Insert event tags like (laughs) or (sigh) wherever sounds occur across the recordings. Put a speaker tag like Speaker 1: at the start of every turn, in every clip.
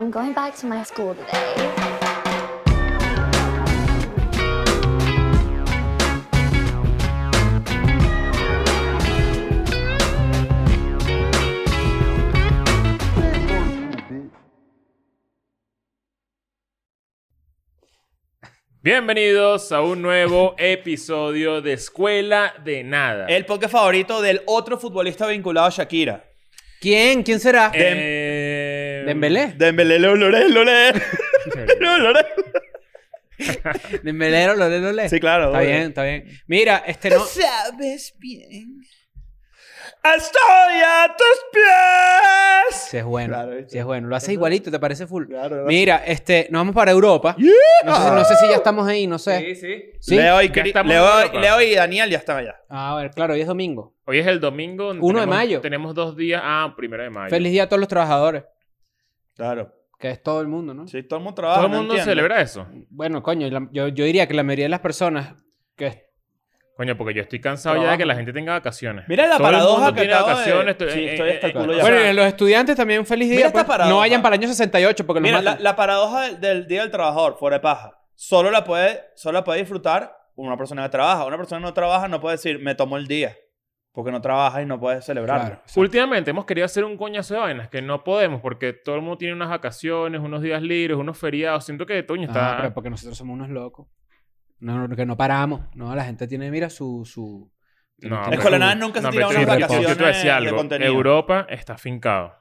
Speaker 1: I'm going back to my school today.
Speaker 2: Bienvenidos a un
Speaker 3: (laughs)
Speaker 2: nuevo episodio de Escuela de Nada.
Speaker 3: El podcast favorito del otro futbolista vinculado a Shakira.
Speaker 4: ¿Quién? ¿Quién será?
Speaker 2: Eh,
Speaker 4: Dembélé.
Speaker 3: Dembélé, lo-
Speaker 4: (laughs)
Speaker 3: Loré, Loré. Lo- Loré.
Speaker 4: Dembélé, lo le, lo le.
Speaker 3: Sí, claro.
Speaker 4: Está
Speaker 3: obvio.
Speaker 4: bien, está bien. Mira, este no.
Speaker 3: Sabes bien. Estoy a tus pies.
Speaker 4: Sí, es bueno.
Speaker 3: Claro, ¿viste?
Speaker 4: sí, es bueno. Lo hace igualito, te parece full.
Speaker 3: Claro, ¿verdad?
Speaker 4: Mira, este, nos vamos para Europa. No, sé, no sé si ya estamos ahí, no sé.
Speaker 2: Sí, sí.
Speaker 4: ¿Sí? Ah,
Speaker 3: Leo, y,
Speaker 2: Ya
Speaker 3: Cri-
Speaker 2: estamos
Speaker 3: Leo-
Speaker 2: en Europa.
Speaker 3: Leo y Daniel ya están allá.
Speaker 4: A ver, claro, hoy es domingo.
Speaker 2: Hoy es el domingo. donde
Speaker 4: Uno de
Speaker 2: tenemos-
Speaker 4: mayo.
Speaker 2: Tenemos dos días. Ah, primero de mayo.
Speaker 4: Feliz día a todos los trabajadores,
Speaker 3: Claro.
Speaker 4: que es todo el mundo, ¿no?
Speaker 3: Sí, todo el mundo trabaja.
Speaker 2: Todo el
Speaker 3: Ah, no
Speaker 2: mundo
Speaker 3: entiendo.
Speaker 2: celebra eso.
Speaker 4: Bueno, coño, la- yo, yo diría que la mayoría de las personas que
Speaker 2: Coño, porque yo estoy cansado ya de
Speaker 4: Trabajo.
Speaker 2: que la gente tenga vacaciones.
Speaker 3: Mira la
Speaker 2: Todo el
Speaker 3: paradoja
Speaker 2: mundo
Speaker 3: que
Speaker 2: tiene
Speaker 3: acabo de-
Speaker 2: vacaciones.
Speaker 3: Sí,
Speaker 2: eh,
Speaker 3: estoy
Speaker 2: eh,
Speaker 3: hasta el
Speaker 2: eh,
Speaker 3: culo
Speaker 2: eh,
Speaker 3: ya.
Speaker 2: Bueno,
Speaker 4: Bueno, y a los estudiantes también feliz
Speaker 3: Mira
Speaker 4: día.
Speaker 3: esta
Speaker 4: pues.
Speaker 3: paradoja.
Speaker 4: no vayan para el año 68 porque los
Speaker 3: Mira, la,
Speaker 4: matan.
Speaker 3: la paradoja del, del Día del Trabajador, fuera de paja. Solo la, puede, solo la puede disfrutar una persona que trabaja. Una persona que no trabaja no puede decir, me tomo el día. Porque no trabaja y no puede celebrarlo.
Speaker 4: Claro.
Speaker 2: Últimamente hemos querido hacer un coñazo de vainas que no podemos porque todo el mundo tiene unas vacaciones, unos días libres, unos feriados. Siento que Toño
Speaker 4: Ah,
Speaker 2: está.
Speaker 4: pero porque nosotros somos unos locos. No, no, que no paramos. No, la gente tiene, mira, su... su tiene-
Speaker 2: No,
Speaker 4: tiene
Speaker 2: pero-
Speaker 3: Escuela
Speaker 4: su-
Speaker 3: Nada nunca se
Speaker 2: No, pero
Speaker 3: tira unas
Speaker 2: yo te- yo te
Speaker 3: vacaciones
Speaker 2: voy a decir
Speaker 3: de
Speaker 2: algo.
Speaker 3: contenido.
Speaker 2: Europa está afincado.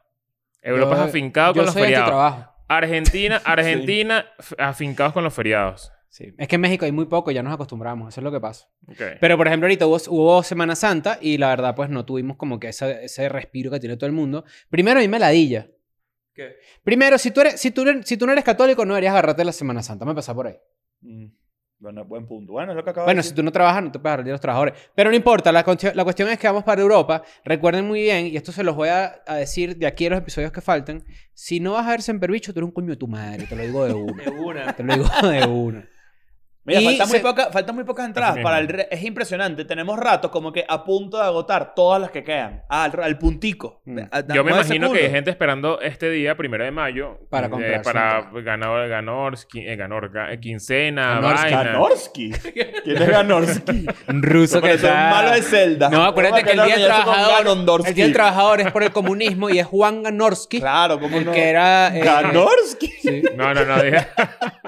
Speaker 2: Europa
Speaker 4: Yo-
Speaker 2: es afincado con
Speaker 4: yo
Speaker 2: los
Speaker 4: soy
Speaker 2: feriados.
Speaker 4: antitrabajo. (laughs)
Speaker 2: Argentina, Argentina, f- afincados con los feriados.
Speaker 4: Sí. Es que en México hay muy poco, ya nos acostumbramos, eso es lo que pasa.
Speaker 2: Ok.
Speaker 4: Pero por ejemplo, ahorita hubo, hubo Semana Santa y la verdad, pues no tuvimos como que ese, ese respiro que tiene todo el mundo. Primero, a mí me la ladilla.
Speaker 3: ¿Qué?
Speaker 4: Primero, si tú, eres, si, tú eres- si tú no eres católico, no deberías agarrarte la Semana Santa. Me pasa por ahí.
Speaker 3: Mm. Bueno, buen punto. Bueno, es lo que acabo
Speaker 4: Bueno,
Speaker 3: de
Speaker 4: si
Speaker 3: decir.
Speaker 4: tú no trabajas, no te puedes agarrar de los trabajadores. Pero no importa, la, cuestión- la cuestión es que vamos para Europa. Recuerden muy bien, y esto se los voy a, a decir de aquí a los episodios que faltan. Si no vas a ver Semperbicho, tú eres un coño de tu madre. Te lo digo
Speaker 3: (laughs)
Speaker 4: de una. te lo digo de una.
Speaker 3: Mira,
Speaker 4: y
Speaker 3: faltan muy,
Speaker 4: se-
Speaker 3: poca- faltan muy pocas entradas.
Speaker 2: Así
Speaker 3: Para el
Speaker 2: mismo.
Speaker 3: re- es impresionante. Tenemos ratos como que a punto de agotar todas las que quedan. Al, al puntico.
Speaker 4: Mm.
Speaker 3: A-
Speaker 2: Yo me
Speaker 3: damos ese
Speaker 2: imagino que hay
Speaker 3: culo.
Speaker 2: gente esperando este día, primero de mayo,
Speaker 4: Para
Speaker 2: eh,
Speaker 4: comprar su
Speaker 2: para
Speaker 4: entrada.
Speaker 2: ganar, ganar, qui- eh, ganar, ga- eh, quincena,
Speaker 4: Ganorski.
Speaker 2: vaina.
Speaker 4: (laughs)
Speaker 3: Ganorsky. ¿Quién es Ganorsky?
Speaker 4: Un ruso que
Speaker 3: Parece un
Speaker 4: está...
Speaker 3: malo de Zelda.
Speaker 4: No, acuérdate que el día, del trabajador, el día del
Speaker 3: trabajador.
Speaker 4: trabajador es por el comunismo y es Juan Ganorsky,
Speaker 3: Claro, como
Speaker 4: el que era... eh,
Speaker 3: Ganorsky.
Speaker 4: sí.
Speaker 2: No, no, no. Dije...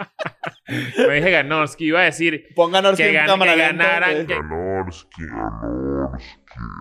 Speaker 2: (laughs) no dije Ganorsky. Iba a decir
Speaker 3: Pon Ganorsky
Speaker 2: que,
Speaker 3: en
Speaker 2: gan-
Speaker 3: cámara
Speaker 2: que
Speaker 3: lenta,
Speaker 2: ganaran,
Speaker 3: eh.
Speaker 2: que,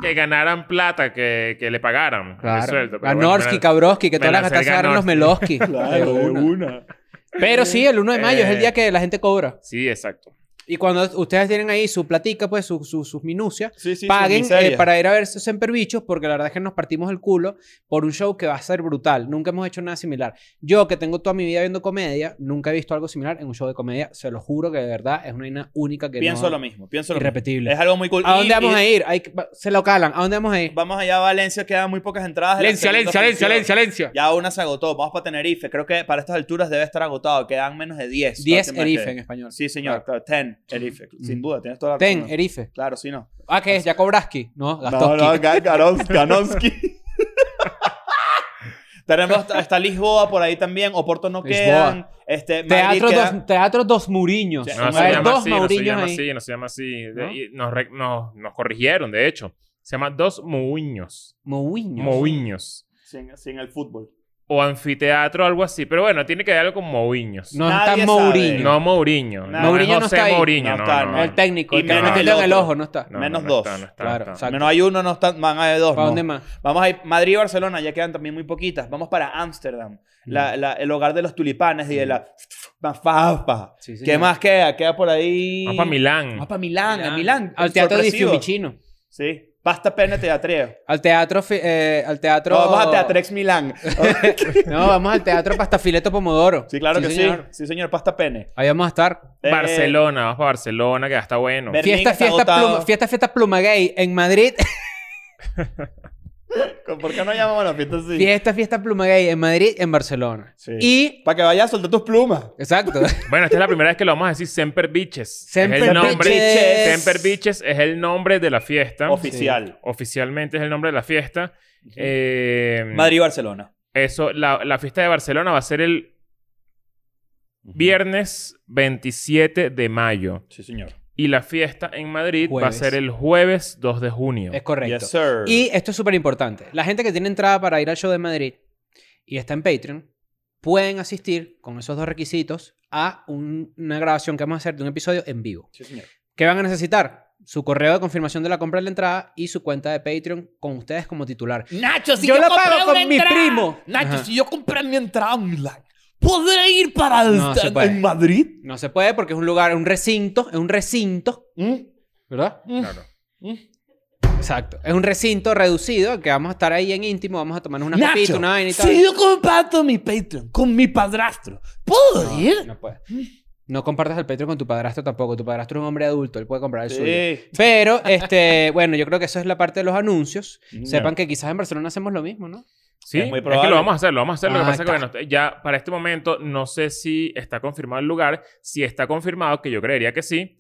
Speaker 2: que ganaran plata, que, que le pagaran el
Speaker 4: Claro.
Speaker 2: sueldo. pero bueno,
Speaker 4: Ganorsky,
Speaker 2: me la-
Speaker 4: Kabrovsky, que
Speaker 2: me
Speaker 4: todas las
Speaker 2: lancé el
Speaker 4: gatas agarran los
Speaker 2: Ganorsky.
Speaker 4: Melosky.
Speaker 3: Claro,
Speaker 4: De
Speaker 3: de
Speaker 4: una.
Speaker 3: una.
Speaker 4: Pero sí, el 1 de mayo es el
Speaker 2: Eh.
Speaker 4: día que la gente cobra.
Speaker 2: Sí, exacto.
Speaker 4: Y cuando ustedes tienen ahí su platica, pues su- su- sus minucias,
Speaker 3: Sí, sí,
Speaker 4: paguen
Speaker 3: sin miseria.
Speaker 4: eh, para ir a ver esos Bichos, porque la verdad es que nos partimos el culo por un show que va a ser brutal. Nunca hemos hecho nada similar. Yo, que tengo toda mi vida viendo comedia, nunca he visto algo similar en un show de comedia. Se lo juro que de verdad es una vaina única que
Speaker 3: Pienso
Speaker 4: no-
Speaker 3: lo mismo, pienso lo
Speaker 4: Irrepetible.
Speaker 3: mismo. Es algo muy cool.
Speaker 4: ¿A
Speaker 3: Y-
Speaker 4: dónde vamos
Speaker 3: y-
Speaker 4: a ir? Hay que- se lo calan. ¿A dónde vamos a ir?
Speaker 3: Vamos allá a Valencia, quedan muy pocas entradas. de la
Speaker 4: Lencia,
Speaker 3: segunda
Speaker 4: Lencia, Lencia,
Speaker 3: función.
Speaker 4: Lencia, Lencia.
Speaker 3: Ya una se agotó. Vamos para Tenerife. Creo que para estas alturas debe estar agotado. Quedan menos de 10.
Speaker 4: 10
Speaker 3: Fácilmente.
Speaker 4: Erife en este español.
Speaker 3: Sí, señor. Claro, 10 Erife. Sin duda, tienes toda la
Speaker 4: Ten,
Speaker 3: razón.
Speaker 4: Erife.
Speaker 3: Claro, sí, no.
Speaker 4: Ah, ¿qué es? Jakobraski. No, Gastowski. (laughs)
Speaker 3: Ganonsky. Tenemos hasta Lisboa por ahí también. Oporto no
Speaker 4: Lisboa.
Speaker 3: quedan. Este, Madrid
Speaker 4: Teatro,
Speaker 3: queda-
Speaker 4: dos, teatro Dos Muriños.
Speaker 3: Sí,
Speaker 2: No,
Speaker 4: Va
Speaker 2: se
Speaker 4: a haber
Speaker 2: llama
Speaker 4: dos
Speaker 2: así, no se
Speaker 4: Mauriños
Speaker 2: llama
Speaker 4: ahí.
Speaker 2: así, no se llama así. De-
Speaker 4: ¿No?
Speaker 2: y nos, re- nos- nos corrigieron, de hecho. Se llama Dos Mouños.
Speaker 4: Mouiños.
Speaker 2: Mouños.
Speaker 3: sin, sin el fútbol.
Speaker 2: O anfiteatro, algo así. Pero bueno, tiene que ver algo con Mouños. No,
Speaker 4: No
Speaker 3: Nadie
Speaker 4: está
Speaker 3: sabe.
Speaker 4: Mourinho.
Speaker 2: Mourinho.
Speaker 3: Nada.
Speaker 2: No,
Speaker 4: Mourinho
Speaker 2: es
Speaker 4: no
Speaker 2: José
Speaker 4: está ahí.
Speaker 2: Mourinho.
Speaker 3: No
Speaker 2: No,
Speaker 3: está,
Speaker 2: no,
Speaker 3: no.
Speaker 4: El técnico.
Speaker 3: Y
Speaker 4: El que le
Speaker 2: menos
Speaker 4: metieron
Speaker 3: el
Speaker 4: el
Speaker 3: otro.
Speaker 4: ojo no está.
Speaker 2: No,
Speaker 3: Menos
Speaker 2: no, no
Speaker 3: dos.
Speaker 2: está, no está,
Speaker 4: Claro,
Speaker 2: no está.
Speaker 4: exacto.
Speaker 3: Menos hay uno, no están, van a haber dos.
Speaker 4: ¿Para
Speaker 3: no.
Speaker 4: dónde más?
Speaker 3: Vamos a ir Madrid y Barcelona, ya quedan también muy poquitas. Vamos para Ámsterdam, la-
Speaker 4: Mm.
Speaker 3: la- el hogar de los tulipanes y de la fafa.
Speaker 4: Sí,
Speaker 3: ¿Qué
Speaker 4: señor.
Speaker 3: más queda? Queda por ahí.
Speaker 2: Vamos para Milán.
Speaker 3: Vamos para Milán, a Milán.
Speaker 4: Al teatro de
Speaker 3: eh. Sorpresivo.
Speaker 4: Fiumicino.
Speaker 3: Sí. Pasta pene teatreo.
Speaker 4: Al teatro. fi- eh, al teatro.
Speaker 3: No, vamos a Teatrex
Speaker 4: (laughs)
Speaker 3: Milán.
Speaker 4: No, vamos al teatro Pastafileto Pomodoro.
Speaker 3: Sí, claro que
Speaker 4: señor.
Speaker 3: sí. Sí, señor, pasta pene.
Speaker 4: Ahí vamos a estar.
Speaker 3: Eh,
Speaker 2: Barcelona, vamos para Barcelona, que ya está bueno.
Speaker 3: Ver- Berlín
Speaker 4: Fiesta,
Speaker 3: está
Speaker 4: fiesta,
Speaker 3: agotado.
Speaker 4: pluma, fiesta, fiesta, pluma gay en Madrid.
Speaker 3: ¿Por qué no llamamos a la fiesta así?
Speaker 4: (laughs) Fiesta, fiesta, pluma gay en Madrid, en Barcelona.
Speaker 3: Sí.
Speaker 4: Y.
Speaker 3: Para que vayas a soltar tus plumas.
Speaker 4: Exacto.
Speaker 2: Bueno, esta (laughs) es la primera vez que lo vamos a decir Semper Bitches.
Speaker 4: Semper
Speaker 2: es el nombre.
Speaker 4: Bitches.
Speaker 2: Semper Bitches es el nombre de la fiesta.
Speaker 3: Oficial.
Speaker 2: Oficialmente es el nombre de la fiesta. Eh,
Speaker 4: Mm.
Speaker 3: Madrid y Barcelona.
Speaker 2: Eso, la, la fiesta de Barcelona va a ser el viernes 27 de mayo.
Speaker 3: Sí, señor.
Speaker 2: Y la fiesta en Madrid va a
Speaker 4: Jueves.
Speaker 2: ser el jueves 2 de junio.
Speaker 4: Es correcto.
Speaker 3: Yes, sir.
Speaker 4: Y esto es súper importante. La gente que tiene entrada para ir al show de Madrid y está en Patreon, pueden asistir con esos dos requisitos a un- una grabación que vamos a hacer de un episodio en vivo.
Speaker 3: Sí, señor.
Speaker 4: ¿Qué van a necesitar? Su correo de confirmación de la compra de la entrada y su cuenta de Patreon con ustedes como titular.
Speaker 5: Nacho, si
Speaker 4: Yo
Speaker 5: yo,
Speaker 4: lo
Speaker 5: compré
Speaker 4: pago
Speaker 5: una
Speaker 4: con mi
Speaker 5: entrada-
Speaker 4: primo.
Speaker 5: Nacho,
Speaker 4: Ajá.
Speaker 5: si yo compré mi entrada online, ¿podré ir para el
Speaker 4: No, se
Speaker 5: en-
Speaker 4: puede.
Speaker 5: en Madrid?
Speaker 4: No se puede porque es un lugar, es un recinto, es un recinto,
Speaker 5: ¿Mm?
Speaker 4: ¿verdad?
Speaker 2: Claro.
Speaker 4: Exacto. Es un recinto reducido que vamos a estar ahí en íntimo, vamos a tomarnos una
Speaker 5: Nacho,
Speaker 4: copita, una vaina y tal.
Speaker 5: si yo comparto mi Patreon con mi padrastro, ¿puedo ir?
Speaker 4: No puede. No compartas el Patreon con tu padrastro tampoco. Tu padrastro es un hombre adulto, él puede comprar el suyo.
Speaker 3: (laughs) Sí.
Speaker 4: Pero, este, bueno, yo creo que eso es la parte de los anuncios.
Speaker 3: No.
Speaker 4: Sepan que quizás en Barcelona hacemos lo mismo, ¿no?
Speaker 2: Sí,
Speaker 3: Es muy
Speaker 2: es que
Speaker 3: probable.
Speaker 2: lo vamos a hacer, lo vamos a hacer. Lo que
Speaker 4: Ah,
Speaker 2: pasa es que
Speaker 4: está.
Speaker 2: bueno, ya para este momento no sé si está confirmado el lugar. Si está confirmado, que yo creería que sí,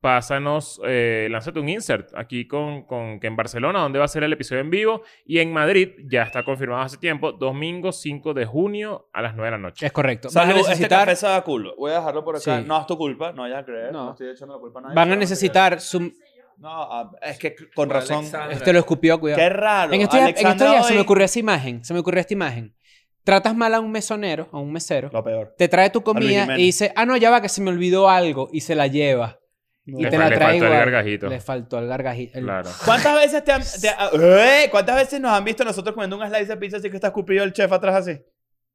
Speaker 2: pásanos, eh, lánzate un insert aquí con, con que en Barcelona, donde va a ser el episodio en vivo, y en Madrid ya está confirmado hace tiempo, domingo 5 de junio a las 9 de la noche.
Speaker 4: Es correcto. Van a
Speaker 3: Salud, este
Speaker 4: necesitar,
Speaker 3: café sabe a culo. Voy a dejarlo por acá.
Speaker 4: Sí.
Speaker 3: No es tu culpa, no vayas a creer.
Speaker 4: No.
Speaker 3: No, estoy echando la culpa a nadie.
Speaker 4: van a
Speaker 3: pero no te
Speaker 4: necesitar su...
Speaker 3: creas. No, ah, es que con
Speaker 6: Fue
Speaker 3: razón.
Speaker 6: Alexandra.
Speaker 4: Este lo escupió, cuidado.
Speaker 3: Qué raro.
Speaker 4: En estos días- en estos
Speaker 3: Alexandra
Speaker 4: días se
Speaker 3: hoy-
Speaker 4: me ocurrió esa imagen. Se me ocurrió esta imagen. Tratas mal a un mesonero, a un mesero.
Speaker 3: Lo peor.
Speaker 4: Te trae tu
Speaker 3: Luis
Speaker 4: comida
Speaker 3: Jiménez.
Speaker 4: y dice, ah, no, ya va, que se me olvidó algo. Y se la lleva. Y
Speaker 2: Le
Speaker 4: te
Speaker 2: fa-
Speaker 4: la
Speaker 2: le
Speaker 4: trae
Speaker 2: faltó el
Speaker 4: igual.
Speaker 2: gargajito.
Speaker 4: Le faltó el gargajito. El-
Speaker 2: Claro.
Speaker 3: ¿Cuántas
Speaker 4: (laughs)
Speaker 3: veces te han, te ha- ¡Eh! ¿Cuántas veces nos han visto nosotros comiendo un slice de pizza así que está escupido el chef atrás así?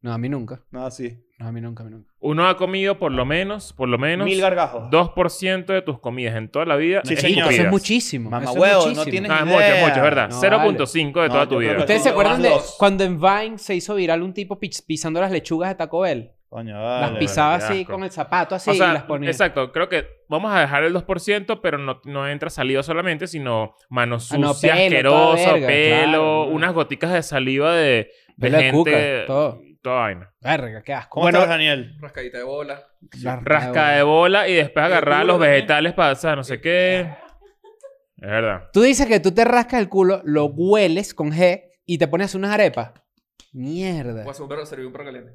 Speaker 4: No, a mí nunca.
Speaker 3: No, así.
Speaker 4: No, a mí nunca, a mí nunca.
Speaker 2: Uno ha comido por lo menos, por lo menos,
Speaker 3: Mil gargajos.
Speaker 2: 2% de tus comidas en toda la vida.
Speaker 3: Sí,
Speaker 2: es
Speaker 3: señor.
Speaker 2: comidas.
Speaker 4: Eso es muchísimo.
Speaker 3: Mamá
Speaker 4: eso es
Speaker 3: huevo, no
Speaker 4: muchísimo.
Speaker 3: tienes-
Speaker 2: No, es mucho, es mucho, es verdad.
Speaker 4: No,
Speaker 2: 0.5 de
Speaker 3: No,
Speaker 2: toda
Speaker 3: yo
Speaker 2: tu
Speaker 3: creo
Speaker 2: vida.
Speaker 3: que
Speaker 4: ¿Ustedes se
Speaker 3: Más
Speaker 4: acuerdan de
Speaker 3: dos.
Speaker 4: cuando en Vine se hizo viral un tipo pis- pisando las lechugas de Taco Bell?
Speaker 3: Coño,
Speaker 4: Las
Speaker 3: vale.
Speaker 4: pisaba
Speaker 2: qué
Speaker 4: así
Speaker 2: asco.
Speaker 4: con el zapato así
Speaker 2: o sea,
Speaker 4: y las ponía.
Speaker 2: exacto. Creo que vamos a dejar el 2%, pero no, no entra saliva solamente, sino manos
Speaker 4: Ah, no,
Speaker 2: sucias,
Speaker 4: pelo, toda
Speaker 2: asqueroso,
Speaker 4: verga,
Speaker 2: pelo,
Speaker 4: claro.
Speaker 2: unas goticas de saliva de, de
Speaker 4: Pelo de
Speaker 2: gente.
Speaker 4: cuca, todo.
Speaker 2: Toda vaina.
Speaker 4: Verga, qué asco.
Speaker 3: ¿Cómo estás, Daniel?
Speaker 6: Rascadita de bola.
Speaker 4: la
Speaker 2: Rasca de bola y después agarrar los
Speaker 4: ¿eh?
Speaker 6: culo, ¿no?
Speaker 2: vegetales para hacer no sé qué.
Speaker 4: (laughs)
Speaker 2: Es verdad.
Speaker 4: Tú dices que tú te rascas el culo, lo hueles con G y te pones unas arepas. Mierda.
Speaker 6: Voy a
Speaker 2: Pues,
Speaker 6: hacer un perro, servir un perro caliente.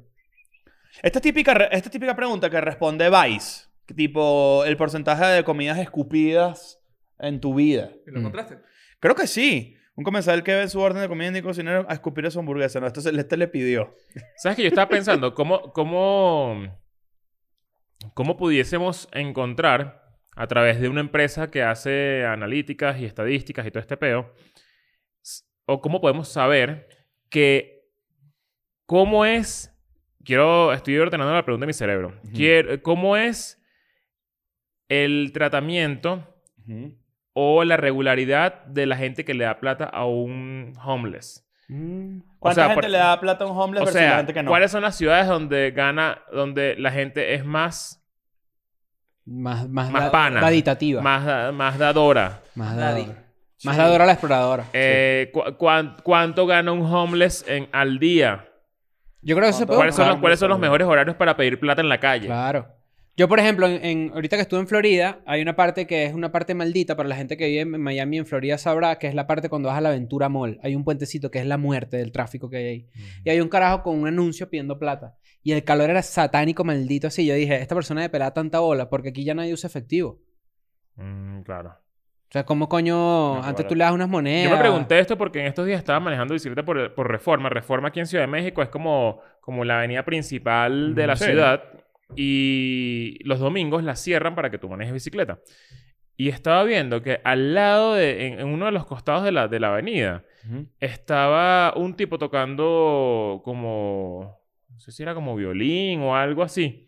Speaker 3: Esta típica, re- esta típica pregunta que responde Vice. que Tipo, el porcentaje de comidas escupidas en tu vida.
Speaker 6: ¿Y lo
Speaker 4: Mm.
Speaker 6: encontraste?
Speaker 3: Creo que sí. Un comensal que ve su orden de comida y cocinero a escupir a su hamburguesa. No, esto se- este le pidió.
Speaker 2: ¿Sabes que Yo estaba pensando, ¿cómo, cómo, cómo pudiésemos encontrar a través de una empresa que hace analíticas y estadísticas y todo este peo, s- o cómo podemos saber que cómo es, quiero, estoy ordenando la pregunta de mi cerebro, Quiero- cómo es el tratamiento o la regularidad de la gente que le da plata a un homeless.
Speaker 4: Mm.
Speaker 2: O
Speaker 3: ¿Cuánta
Speaker 2: sea,
Speaker 3: gente
Speaker 2: por-
Speaker 3: le da plata a un homeless
Speaker 2: O
Speaker 3: versus la
Speaker 2: sea,
Speaker 3: gente que no?
Speaker 2: ¿cuáles son las ciudades donde gana, donde la gente es más,
Speaker 4: Más, más,
Speaker 2: Más
Speaker 4: da-
Speaker 2: pana.
Speaker 4: Daditativa. Más,
Speaker 2: más, da- más dadora?
Speaker 4: dadora.
Speaker 6: Dadi.
Speaker 4: Más dadora a la exploradora.
Speaker 2: Eh, cu- cuan- ¿Cuánto gana un homeless en, al día?
Speaker 4: Yo creo que eso se puede
Speaker 2: ¿Cuáles son,
Speaker 4: buscar.
Speaker 2: los, ¿Cuáles son los mejores horarios para pedir plata en la calle?
Speaker 4: Claro. Yo, por ejemplo, en, en- ahorita que estuve en Florida, hay una parte que es una parte maldita para la gente que vive en Miami, en Florida sabrá, que es la parte cuando vas a la Ventura Mall. Hay un puentecito que es la muerte del tráfico que hay ahí. Y hay un carajo con un anuncio pidiendo plata. Y el calor era satánico, maldito, así. Yo dije, esta persona de pelada tanta bola porque aquí ya nadie usa efectivo.
Speaker 2: Mm, claro.
Speaker 4: O sea, ¿cómo coño? Antes tú le das unas monedas.
Speaker 3: Eh,
Speaker 2: Yo me pregunté esto porque en estos días estaba manejando bicicleta por, por Reforma. Reforma aquí en Ciudad de México es como, como la avenida principal de la
Speaker 3: Mm, Sí.
Speaker 2: ciudad. Y los domingos la cierran para que tú manejes bicicleta. Y estaba viendo que al lado de... En, en uno de los costados de la, de la avenida estaba un tipo tocando como... No sé si era como violín o algo así.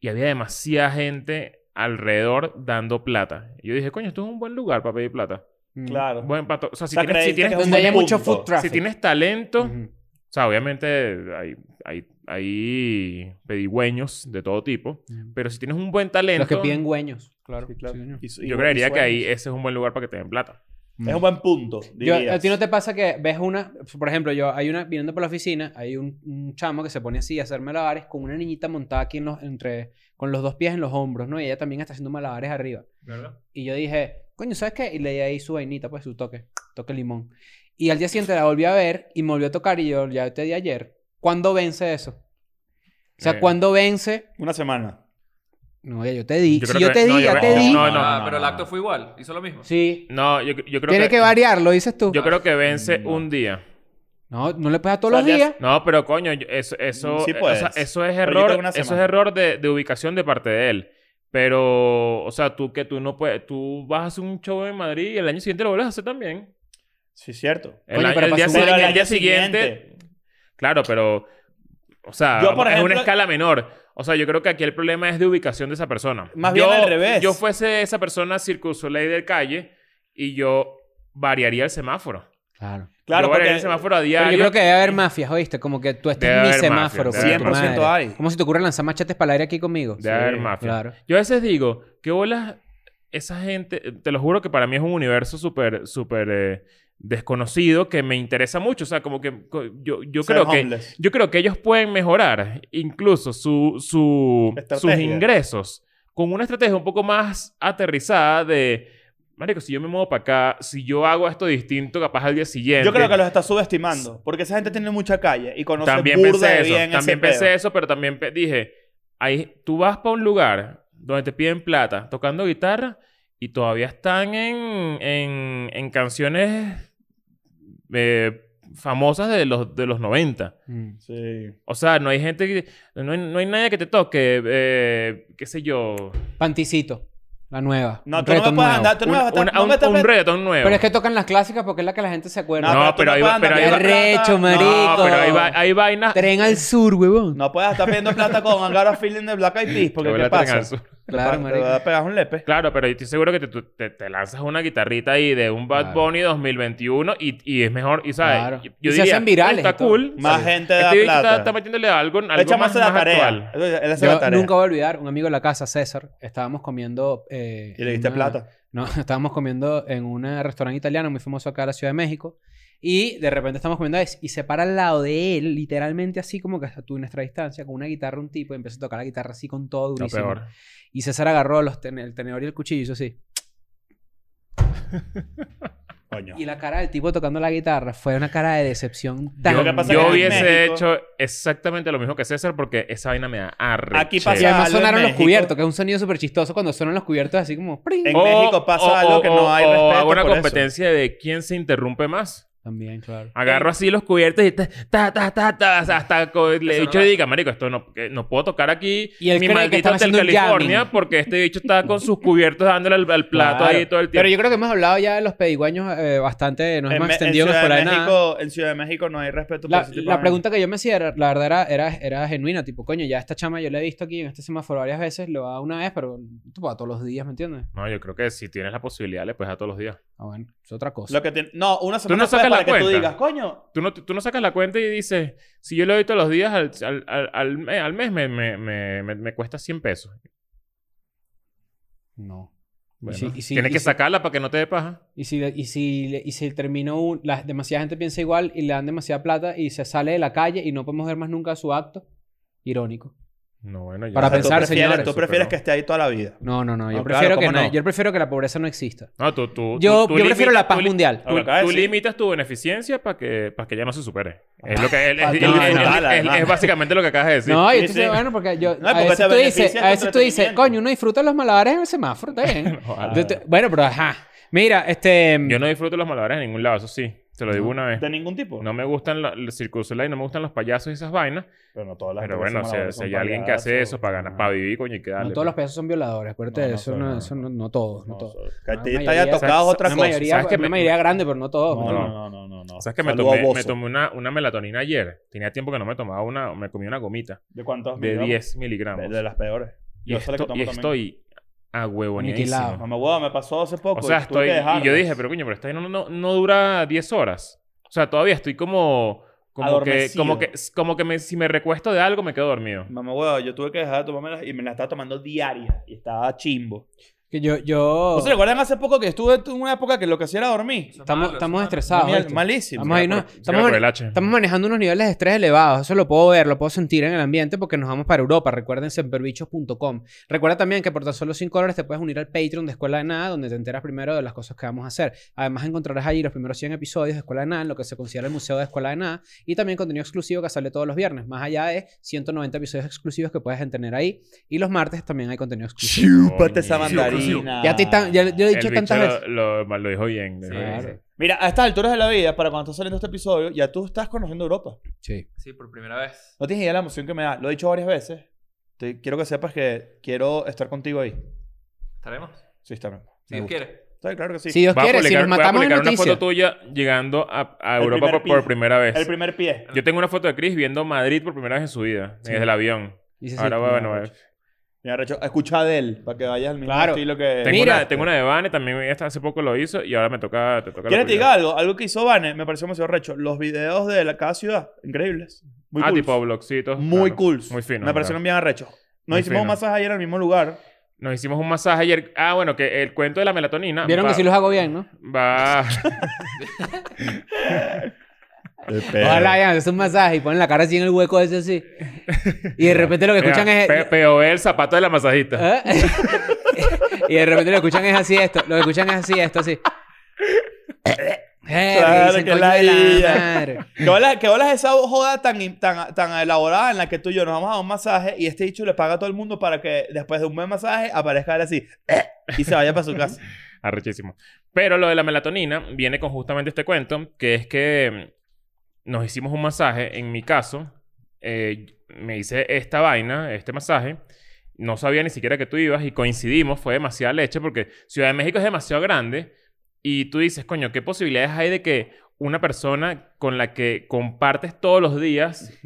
Speaker 2: Y había demasiada gente alrededor dando plata. Y yo dije, coño, esto es un buen lugar para pedir plata.
Speaker 4: Mm.
Speaker 3: Claro.
Speaker 2: Buen pato. O sea, si
Speaker 3: Ah. O sea,
Speaker 2: tienes, si
Speaker 3: creíste
Speaker 2: tienes-
Speaker 3: que
Speaker 4: Donde
Speaker 3: Un
Speaker 4: haya mucho
Speaker 3: punto.
Speaker 4: food
Speaker 2: si
Speaker 4: traffic.
Speaker 2: tienes talento,
Speaker 4: Ujú.
Speaker 2: o sea, obviamente hay, hay, hay pedigüeños de todo tipo,
Speaker 4: Ujú.
Speaker 2: pero si tienes un buen talento,
Speaker 4: Los que piden güeños. Claro.
Speaker 3: Sí, claro.
Speaker 4: Sí, señor.
Speaker 3: Y su- y-
Speaker 2: yo
Speaker 3: y
Speaker 2: creería que
Speaker 3: sueños.
Speaker 2: ahí ese es un buen lugar para que te den plata.
Speaker 3: Es un buen punto,
Speaker 4: Yo-
Speaker 3: dirías.
Speaker 4: a ti no te pasa que ves una, por ejemplo, yo hay una viniendo por la oficina, hay un, un chamo que se pone así a hacer malabares con una niñita montada aquí en los, entre, con los dos pies en los hombros, ¿no? Y ella también está haciendo malabares arriba.
Speaker 2: ¿Verdad?
Speaker 4: Y yo dije, coño, ¿sabes qué? Y le di ahí su vainita, pues su toque. toque limón. Y al día siguiente la volví a ver y me volvió a tocar y yo ya te di ayer. ¿Cuándo vence eso? O sea,
Speaker 2: Eh.
Speaker 4: ¿cuándo vence?
Speaker 3: Una semana.
Speaker 4: No, ya yo te di.
Speaker 2: Yo
Speaker 4: si yo
Speaker 2: creo que-
Speaker 4: te di,
Speaker 2: no, yo
Speaker 4: ya
Speaker 2: creo-
Speaker 4: te di.
Speaker 2: No, no,
Speaker 6: Ah,
Speaker 3: no,
Speaker 6: pero
Speaker 3: no,
Speaker 6: el acto
Speaker 3: no.
Speaker 6: fue igual. Hizo lo mismo.
Speaker 4: Sí.
Speaker 2: No, yo, yo creo
Speaker 4: Tiene que, Mm. variarlo, dices tú.
Speaker 2: Yo creo que vence un día.
Speaker 4: No, no le puedes a todos
Speaker 3: O sea,
Speaker 4: los
Speaker 3: ya-
Speaker 4: días.
Speaker 2: No, pero coño, yo- eso, eso,
Speaker 3: Sí
Speaker 2: eh, o
Speaker 3: puedes.
Speaker 2: sea, eso es
Speaker 3: Pero yo creo
Speaker 2: error,
Speaker 3: que una
Speaker 2: eso es
Speaker 3: semana.
Speaker 2: error de, de ubicación de parte de él. Pero, o sea, tú que tú no puedes, tú vas a hacer un show en Madrid y el año siguiente lo vuelves a hacer también.
Speaker 3: Sí, cierto.
Speaker 2: El,
Speaker 4: Coño,
Speaker 2: año-
Speaker 4: pero
Speaker 2: el día,
Speaker 4: pasó-
Speaker 2: si-
Speaker 3: Pero al
Speaker 2: el
Speaker 3: año
Speaker 2: día siguiente, Claro, pero. O sea,
Speaker 3: Yo, por
Speaker 2: es una
Speaker 3: ejemplo-
Speaker 2: escala menor. O sea, yo creo que aquí el problema es de ubicación de esa persona.
Speaker 3: Más
Speaker 2: Yo-
Speaker 3: bien al revés.
Speaker 2: Yo fuese esa persona circunsolei de calle y yo variaría el semáforo.
Speaker 4: Claro.
Speaker 3: Claro,
Speaker 2: yo variaría
Speaker 3: porque
Speaker 2: el semáforo a
Speaker 4: Pero
Speaker 2: diario.
Speaker 4: yo creo que debe haber mafias, ¿oíste? Como que tú estás
Speaker 2: Debe
Speaker 4: en mi
Speaker 2: haber
Speaker 4: semáforo.
Speaker 2: mafias, debe
Speaker 4: coño, tu
Speaker 3: haber
Speaker 4: madre.
Speaker 3: mafias. hay.
Speaker 4: ¿Cómo se te ocurre lanzar machetes para el aire aquí conmigo?
Speaker 2: Debe haber mafia.
Speaker 4: Claro.
Speaker 2: Yo a veces digo, ¿qué bolas esa gente? Te lo juro que para mí es un universo súper, súper eh, desconocido que me interesa mucho. O sea, como que co- yo, yo
Speaker 3: Ser
Speaker 2: creo que.
Speaker 3: homeless.
Speaker 2: Yo creo que ellos pueden mejorar incluso su, su- sus
Speaker 3: Estrategia.
Speaker 2: ingresos con una estrategia un poco más aterrizada de, marico, si yo me muevo para acá, si yo hago esto distinto, capaz al día siguiente.
Speaker 3: Yo creo que los está subestimando. Porque esa gente tiene mucha calle y conoce
Speaker 2: también
Speaker 3: burda de
Speaker 2: pensé eso,
Speaker 3: bien
Speaker 2: también
Speaker 3: ese
Speaker 2: pensé
Speaker 3: pedo.
Speaker 2: eso, pero también pe- dije, ahí tú vas para un lugar donde te piden plata tocando guitarra y todavía están en, en, en canciones eh, famosas de los, de los 90.
Speaker 4: Mm.
Speaker 3: Sí.
Speaker 2: O sea, no hay gente que... No hay, no hay nadie que te toque, eh, qué sé yo...
Speaker 4: Panticito. La nueva.
Speaker 3: No,
Speaker 4: un
Speaker 3: tú no me
Speaker 4: reggaetón
Speaker 3: puedes
Speaker 4: nuevo.
Speaker 3: andar. Tú no
Speaker 2: un,
Speaker 3: me vas a estar-
Speaker 2: un-
Speaker 3: no me
Speaker 2: un-
Speaker 3: estás
Speaker 2: un
Speaker 3: pe-
Speaker 2: reggaetón nuevo.
Speaker 4: Pero es que tocan las clásicas porque es la que la gente se acuerda.
Speaker 2: No,
Speaker 3: tú
Speaker 2: pero ahí
Speaker 3: puedes
Speaker 2: va-
Speaker 3: andar
Speaker 2: pero ahí
Speaker 4: Qué
Speaker 2: va-
Speaker 3: pidiendo plata.
Speaker 4: recho, marico.
Speaker 2: No, pero hay, va- hay vainas...
Speaker 4: Tren al sur, huevón.
Speaker 3: No puedes estar pidiendo plata con Angara Feeling de Black Eyed Peas. Porque
Speaker 2: Sobre
Speaker 3: ¿qué
Speaker 2: la tren
Speaker 3: pasa?
Speaker 2: al sur.
Speaker 4: Claro,
Speaker 3: te,
Speaker 4: marico.
Speaker 3: vas a pegar un lepe.
Speaker 2: Claro, pero yo estoy seguro que te, tú- te- te lanzas una guitarrita ahí de un Bad
Speaker 4: Claro.
Speaker 2: Bunny 2021 y, y es mejor, y sabes,
Speaker 4: Claro. Y
Speaker 2: yo, yo
Speaker 4: se
Speaker 2: diría,
Speaker 4: hacen virales
Speaker 2: "Coño,
Speaker 4: y
Speaker 2: está
Speaker 4: todo".
Speaker 2: cool.
Speaker 3: Más gente da
Speaker 2: Este bicho
Speaker 3: plata.
Speaker 2: Está, está metiéndole algo, algo
Speaker 3: El chamo
Speaker 2: más,
Speaker 3: hace la
Speaker 2: más
Speaker 3: tarea.
Speaker 2: actual.
Speaker 3: Él él hace la
Speaker 4: Yo
Speaker 3: tarea.
Speaker 4: nunca voy a olvidar, un amigo de la casa, César, estábamos comiendo... eh,
Speaker 3: Y le diste
Speaker 4: una-
Speaker 3: plata.
Speaker 4: No, (laughs) estábamos comiendo en un restaurante italiano muy famoso acá en la Ciudad de México. Y de repente estamos comiendo eso, y se para al lado de él, literalmente así como que a tu nuestra distancia, con una guitarra un tipo y empieza a tocar la guitarra así con todo
Speaker 2: Lo
Speaker 4: durísimo.
Speaker 2: peor.
Speaker 4: Y César agarró los ten- el tenedor y el cuchillo y hizo así.
Speaker 3: Coño.
Speaker 4: Y la cara del tipo tocando la guitarra fue una cara de decepción
Speaker 3: Lo
Speaker 4: tan...
Speaker 3: que pasa es que
Speaker 2: Yo
Speaker 3: en
Speaker 2: hubiese
Speaker 3: México-
Speaker 2: hecho exactamente lo mismo que César porque esa vaina me da arre.
Speaker 3: Aquí
Speaker 4: Y
Speaker 3: pasa-
Speaker 4: además
Speaker 3: Algo en
Speaker 4: sonaron los
Speaker 3: México.
Speaker 4: cubiertos, que es un sonido súper chistoso cuando sonan los cubiertos así como... ¡pring!
Speaker 3: En México pasa algo que no hay
Speaker 2: o
Speaker 3: respeto
Speaker 2: hago una
Speaker 3: por eso.
Speaker 2: competencia de quién se interrumpe más.
Speaker 4: También, claro.
Speaker 2: Agarro así los cubiertos y ta, ta, ta, ta, ta, o sea, hasta co- le
Speaker 6: Eso no
Speaker 2: dicho
Speaker 6: lo hace.
Speaker 2: diga, marico, esto no, que no puedo tocar aquí
Speaker 4: Y él
Speaker 2: mi
Speaker 4: cree que
Speaker 2: maldito
Speaker 4: están
Speaker 2: Hotel
Speaker 4: haciendo un
Speaker 2: California
Speaker 4: jamming.
Speaker 2: porque este bicho está con sus cubiertos dándole al, al plato
Speaker 4: Claro.
Speaker 2: ahí todo el tiempo.
Speaker 4: Pero yo creo que hemos hablado ya de los pedigüeños eh, bastante, nos
Speaker 3: En,
Speaker 4: hemos
Speaker 3: Me- en
Speaker 4: extendido en
Speaker 3: Ciudad
Speaker 4: fuera
Speaker 3: de
Speaker 4: de nada.
Speaker 3: México, en Ciudad de México no hay respeto
Speaker 4: La,
Speaker 3: por ese tipo de
Speaker 4: la
Speaker 3: vainas.
Speaker 4: pregunta que yo me hacía, era- la verdad, era, era, era genuina. Tipo, coño, ya esta chama yo la he visto aquí en este semáforo varias veces. Lo va una vez, pero tipo, a todos los días, ¿me entiendes?
Speaker 2: No, yo creo que si tienes la posibilidad le puedes a todos los días.
Speaker 4: Ah, bueno, es otra cosa.
Speaker 3: Lo que te- No, una semana
Speaker 2: no sacas
Speaker 3: después para
Speaker 2: la
Speaker 3: que tú
Speaker 2: cuenta.
Speaker 3: digas, coño.
Speaker 2: Tú no, tú no sacas la cuenta y dices, si yo le doy todos los días al, al, al- al me- al mes me, me, me, me- me cuesta 100 pesos.
Speaker 4: No.
Speaker 2: Bueno,
Speaker 4: si- y si-
Speaker 2: tienes
Speaker 4: y
Speaker 2: que
Speaker 4: si-
Speaker 2: sacarla para que no te dé paja.
Speaker 4: Y si, y si, y si terminó un- la- demasiada gente piensa igual y le dan demasiada plata y se sale de la calle y no podemos ver más nunca su acto. Irónico.
Speaker 2: No, bueno, yo-
Speaker 4: Para
Speaker 3: O sea,
Speaker 4: pensar,
Speaker 3: tú prefieres,
Speaker 4: señores.
Speaker 3: Tú prefieres que esté ahí toda la vida.
Speaker 4: No, no, no. Yo,
Speaker 3: No, Ah, claro,
Speaker 4: prefiero, que
Speaker 3: ¿cómo
Speaker 4: na-
Speaker 3: no?
Speaker 4: yo prefiero que la pobreza no exista.
Speaker 2: No, tú, tú,
Speaker 4: Yo,
Speaker 2: tú- tú
Speaker 4: yo prefiero
Speaker 2: limitas-
Speaker 4: la paz
Speaker 2: tú li-
Speaker 4: mundial.
Speaker 2: Tú,
Speaker 3: Lo acabas de
Speaker 2: tú
Speaker 3: decir.
Speaker 2: limitas tu beneficencia para que, para que ya no se supere. Es lo que es,
Speaker 3: Para
Speaker 2: es-
Speaker 3: que
Speaker 2: es-
Speaker 4: no,
Speaker 2: es-
Speaker 3: Ah, no.
Speaker 2: es- es- es básicamente lo que acabas de decir.
Speaker 4: No, yo
Speaker 3: Sí,
Speaker 4: estoy
Speaker 3: sí.
Speaker 4: bueno porque yo.
Speaker 3: No,
Speaker 4: a
Speaker 3: porque
Speaker 4: veces
Speaker 3: te
Speaker 4: tú dices,
Speaker 3: beneficia
Speaker 4: a
Speaker 3: tu
Speaker 4: veces tú dices,
Speaker 3: entretenimiento.
Speaker 4: coño, uno disfruta los malabares en el semáforo, está
Speaker 3: (laughs)
Speaker 4: bien.
Speaker 2: Ojalá.
Speaker 4: Yo te- bueno, pero ajá. Mira, este.
Speaker 2: Yo no disfruto los malabares en ningún lado, eso sí. Te lo digo una vez.
Speaker 3: De ningún tipo.
Speaker 2: No me gustan la- los circos y no me gustan los payasos y esas vainas.
Speaker 3: Pero no todas las
Speaker 2: Pero
Speaker 3: personas
Speaker 2: bueno,
Speaker 3: son
Speaker 2: si,
Speaker 3: malabares,
Speaker 2: si
Speaker 3: son
Speaker 2: hay alguien que hace
Speaker 3: payasos. ah.
Speaker 2: eso para ganar,
Speaker 3: No. pues.
Speaker 2: para vivir, coño, y que darle. pues.
Speaker 4: no todos los pesos son violadores, acuérdate
Speaker 3: No,
Speaker 4: de
Speaker 3: no
Speaker 4: eso.
Speaker 3: soy,
Speaker 4: No,
Speaker 3: no,
Speaker 4: eso
Speaker 3: no.
Speaker 4: no, no todos, no,
Speaker 3: No,
Speaker 4: todos.
Speaker 3: Que
Speaker 4: Una
Speaker 3: te te
Speaker 4: mayoría-
Speaker 3: haya tocado
Speaker 2: ¿sabes-
Speaker 3: otra
Speaker 4: Una
Speaker 3: cosa.
Speaker 4: mayoría,
Speaker 2: ¿Sabes que
Speaker 4: una
Speaker 2: me-
Speaker 4: mayoría grande, pero no todos. no
Speaker 3: No, no,
Speaker 4: todos.
Speaker 3: no, no, no, no.
Speaker 2: ¿Sabes que me
Speaker 3: Saludo a
Speaker 2: tomé, me
Speaker 3: Bozo.
Speaker 2: tomé una, una melatonina ayer? Tenía tiempo que no me tomaba una, me comí una gomita
Speaker 3: ¿De
Speaker 2: de
Speaker 3: cuántos? miligramos?
Speaker 2: 10
Speaker 3: De,
Speaker 2: miligramos.
Speaker 3: de las peores.
Speaker 2: y
Speaker 3: Yo sé la que
Speaker 2: esto-
Speaker 3: tomo
Speaker 2: y
Speaker 3: también.
Speaker 2: estoy a
Speaker 4: Aniquilado.
Speaker 2: huevoneadísimo.
Speaker 3: Mamá, huevo, me pasó hace poco.
Speaker 2: O sea,
Speaker 3: y tuve
Speaker 2: estoy.
Speaker 3: que pues. dejarlo.
Speaker 2: Y yo dije, pero coño, pero esta no, no, no dura 10 horas. O sea, todavía estoy como. Como que,
Speaker 3: Adormecido.
Speaker 2: como que, como que me- si me recuesto de algo me quedo dormido.
Speaker 3: Mamá, huevo, yo tuve que dejar de tomármelas y me las estaba tomando diaria. Y estaba chimbo.
Speaker 4: Que yo, yo...
Speaker 3: ¿No se recuerdan hace poco que estuve en una época que lo que hacía era dormir?
Speaker 6: Eso es
Speaker 4: Estamos,
Speaker 6: malo,
Speaker 4: estamos
Speaker 6: eso es malo.
Speaker 4: estresados.
Speaker 3: Mal-
Speaker 4: ¿viste?
Speaker 3: malísimo.
Speaker 4: Ah, Vamos a irnos-
Speaker 2: Por-
Speaker 4: estamos,
Speaker 2: por el H.
Speaker 4: estamos manejando unos niveles de estrés elevados. Eso lo puedo ver, lo puedo sentir en el ambiente porque nos vamos para Europa. Recuerden semperbichos.com. Recuerda también que por tan solo 5 dólares te puedes unir al Patreon de Escuela de Nada, donde te enteras primero de las cosas que vamos a hacer. Además, encontrarás allí los primeros 100 episodios de Escuela de Nada, en lo que se considera el Museo de Escuela de Nada, y también contenido exclusivo que sale todos los viernes, más allá de 190 episodios exclusivos que puedes tener ahí. Y los martes también hay contenido exclusivo.
Speaker 3: Chúpate esa
Speaker 2: Coño.
Speaker 3: mandarina.
Speaker 4: Ya, te tan- ya- ya lo he dicho
Speaker 2: El
Speaker 4: tantas
Speaker 2: bicho
Speaker 4: veces.
Speaker 2: Lo, lo- lo dijo bien. lo dijo bien.
Speaker 4: Claro.
Speaker 3: Mira, a estas alturas de la vida, para cuando está saliendo este episodio, ya tú estás conociendo Europa.
Speaker 4: Sí.
Speaker 6: Sí, por primera vez.
Speaker 3: No tienes idea de la emoción que me da. Lo he dicho varias veces. Te- quiero que sepas que quiero estar contigo ahí.
Speaker 6: ¿Estaremos?
Speaker 3: Sí, está bien.
Speaker 6: Si Dios quiere.
Speaker 3: Sí, claro que sí.
Speaker 4: Si Dios
Speaker 2: Voy a
Speaker 4: quiere, si
Speaker 2: publicar,
Speaker 4: nos
Speaker 2: voy a
Speaker 4: matamos en
Speaker 2: publicar una
Speaker 4: noticias.
Speaker 2: foto tuya llegando a, a
Speaker 3: El
Speaker 2: Europa
Speaker 3: primer
Speaker 2: por, por
Speaker 3: piso.
Speaker 2: primera vez.
Speaker 3: El primer pie.
Speaker 2: Yo tengo una foto de Chris viendo Madrid por primera vez en su vida, desde el avión.
Speaker 4: Dices,
Speaker 2: Ahora,
Speaker 4: sí,
Speaker 2: bueno,
Speaker 4: no,
Speaker 2: eh,
Speaker 3: Mira, Recho, escucha de él para que vayas al mismo
Speaker 4: Claro.
Speaker 3: estilo que.
Speaker 2: Tengo,
Speaker 4: Mira.
Speaker 2: una, tengo una de Vane, también esta hace poco lo hizo y ahora me toca. Te toca la
Speaker 3: ¿Quieres te
Speaker 2: tuya.
Speaker 3: diga algo? Algo que hizo Vane me pareció demasiado recho. Los videos de la- cada ciudad, increíbles. Muy
Speaker 2: ah,
Speaker 3: cool.
Speaker 2: tipo blogcitos.
Speaker 3: Muy
Speaker 2: claro.
Speaker 3: cool.
Speaker 2: Muy fino.
Speaker 3: Me
Speaker 2: claro.
Speaker 3: parecieron bien arrechos. Nos
Speaker 2: Muy
Speaker 3: hicimos
Speaker 2: fino.
Speaker 3: masas ayer en el mismo lugar.
Speaker 2: Nos hicimos un masaje ayer. Ah, bueno, que el cuento de la melatonina.
Speaker 4: Vieron
Speaker 2: va-
Speaker 4: que sí los hago bien, ¿no?
Speaker 2: Va.
Speaker 3: (laughs)
Speaker 4: Ojalá hayan es un masaje y ponen la cara así en el hueco ese así. Y (laughs) de repente
Speaker 2: (laughs)
Speaker 4: lo que escuchan
Speaker 2: Mira,
Speaker 4: es...
Speaker 2: P- POV, el zapato de la
Speaker 4: ¿Eh?
Speaker 2: masajista.
Speaker 4: (laughs) y de repente lo que escuchan es así esto. Lo que escuchan es así esto, así. Eh,
Speaker 3: Claro
Speaker 4: dicen,
Speaker 3: que
Speaker 4: "Coño
Speaker 3: la
Speaker 4: de
Speaker 3: idea".
Speaker 4: madre.
Speaker 3: ¿Qué olas, qué bolas esa joda tan, tan, tan elaborada en la que tú y yo nos vamos a dar un masaje y este dicho le paga a todo el mundo para que después de un buen masaje aparezca él así (laughs) "Eh", y se vaya para su
Speaker 2: (laughs)
Speaker 3: casa?
Speaker 2: Arrechísimo. Pero lo de la melatonina viene con justamente este cuento, que es que mm, nos hicimos un masaje. En mi caso, eh, me hice esta vaina, este masaje. No sabía ni siquiera que tú ibas y coincidimos. Fue demasiada leche porque Ciudad de México es demasiado grande. Y tú dices, coño, ¿qué posibilidades hay de que una persona con la que compartes todos los días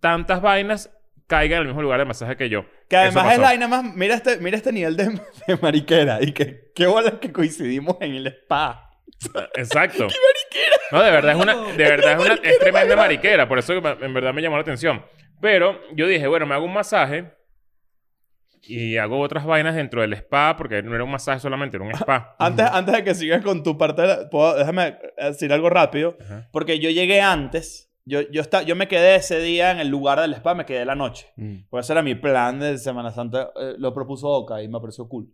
Speaker 2: tantas vainas caiga en el mismo lugar de masaje que yo?
Speaker 3: Que además es
Speaker 2: pasó.
Speaker 3: la vaina más. Mira este, mira este nivel de, (laughs) de mariquera y que qué bolas que coincidimos en el spa.
Speaker 2: Exacto. No, de verdad es una, de verdad es una, es tremenda mariquera. Por eso que me- en verdad me llamó la atención. Pero yo dije, bueno, me hago un masaje y hago otras vainas dentro del spa, porque no era un masaje solamente, era un spa.
Speaker 3: Ah, Antes, antes de que sigas con tu parte, de la- puedo- déjame eh, decir algo rápido.
Speaker 2: Ajá.
Speaker 3: Porque yo llegué antes. Yo, yo, está, yo me quedé ese día en el lugar del spa, me quedé la noche.
Speaker 2: Mm.
Speaker 3: Por eso era mi plan de Semana Santa. eh, lo propuso Oca y me pareció cool.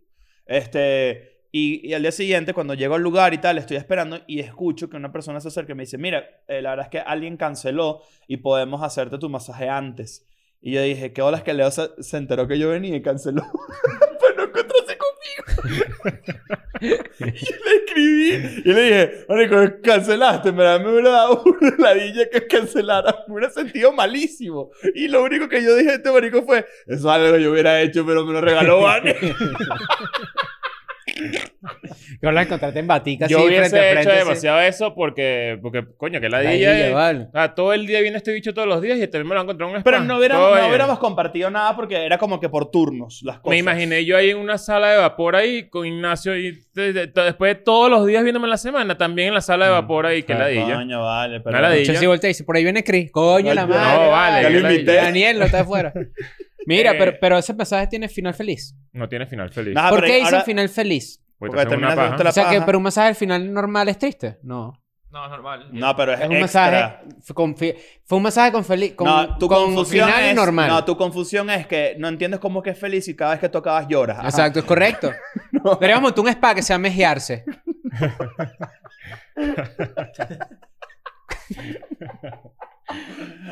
Speaker 3: Este, y, y al día siguiente, cuando llego al lugar y tal, estoy esperando y escucho que una persona se acerca y me dice, mira, eh, la verdad es que alguien canceló y podemos hacerte tu masaje antes. Y yo dije, qué horas que Leo se, se enteró que yo venía y canceló. (laughs) Para no encontrarse conmigo. y (laughs) le escribí y le dije, Marico, cancelaste, pero me hubiera dado una ladilla que cancelara. Me hubiera sentido malísimo. Y lo único que yo dije a este marico fue, eso es algo que yo hubiera hecho, pero me lo (laughs) regaló Vane.
Speaker 4: Yo la encontraste en Batica
Speaker 2: Yo
Speaker 4: así,
Speaker 2: hubiese
Speaker 4: frente a
Speaker 2: hecho
Speaker 4: frente. así.
Speaker 2: demasiado eso porque, porque coño, que la
Speaker 4: Ahí,
Speaker 2: día.
Speaker 4: vale.
Speaker 2: todo el día viene este bicho todos los días y también me lo encontré en un spa.
Speaker 3: Pero no hubiéramos,
Speaker 2: Todo
Speaker 3: no
Speaker 2: bien.
Speaker 3: hubiéramos compartido nada porque era como que por turnos las cosas.
Speaker 2: Me imaginé yo ahí en una sala de vapor ahí con Ignacio y te- te- te- después de todos los días viéndome en la semana, también en la sala de vapor ahí, que
Speaker 3: Ay,
Speaker 2: la dilla.
Speaker 3: Mm, ah, Coño, vale, pero...
Speaker 2: Una ladilla.
Speaker 4: Yo sí volteé y dice, por ahí viene Chris. Coño, la
Speaker 3: No,
Speaker 4: madre.
Speaker 2: vale,
Speaker 3: Ya lo
Speaker 2: yo la-
Speaker 3: invité.
Speaker 4: Daniel lo está afuera. Mira,
Speaker 2: Eh.
Speaker 4: pero, pero ese mensaje tiene final feliz.
Speaker 2: No tiene final feliz.
Speaker 3: Nah,
Speaker 4: ¿Por
Speaker 3: Ah, pero
Speaker 4: qué dice
Speaker 3: ahora-
Speaker 4: final feliz?
Speaker 2: Porque
Speaker 3: Porque
Speaker 2: te hacen una
Speaker 3: terminas
Speaker 2: paja.
Speaker 3: dándote la
Speaker 4: o sea, que,
Speaker 3: paja.
Speaker 4: pero un masaje al final normal es triste. No.
Speaker 6: No, es normal.
Speaker 3: No, pero es,
Speaker 4: Es un
Speaker 3: extra.
Speaker 4: masaje. f- con fi- fue un masaje con feliz. Con,
Speaker 3: no, tu
Speaker 4: con
Speaker 3: confusión
Speaker 4: final
Speaker 3: es,
Speaker 4: normal.
Speaker 3: No, tu confusión es que no entiendes cómo es que es feliz y cada vez que tocabas lloras. Ajá.
Speaker 4: Exacto, es
Speaker 2: (laughs)
Speaker 4: correcto. Deberíamos montar un spa que sea mejearse.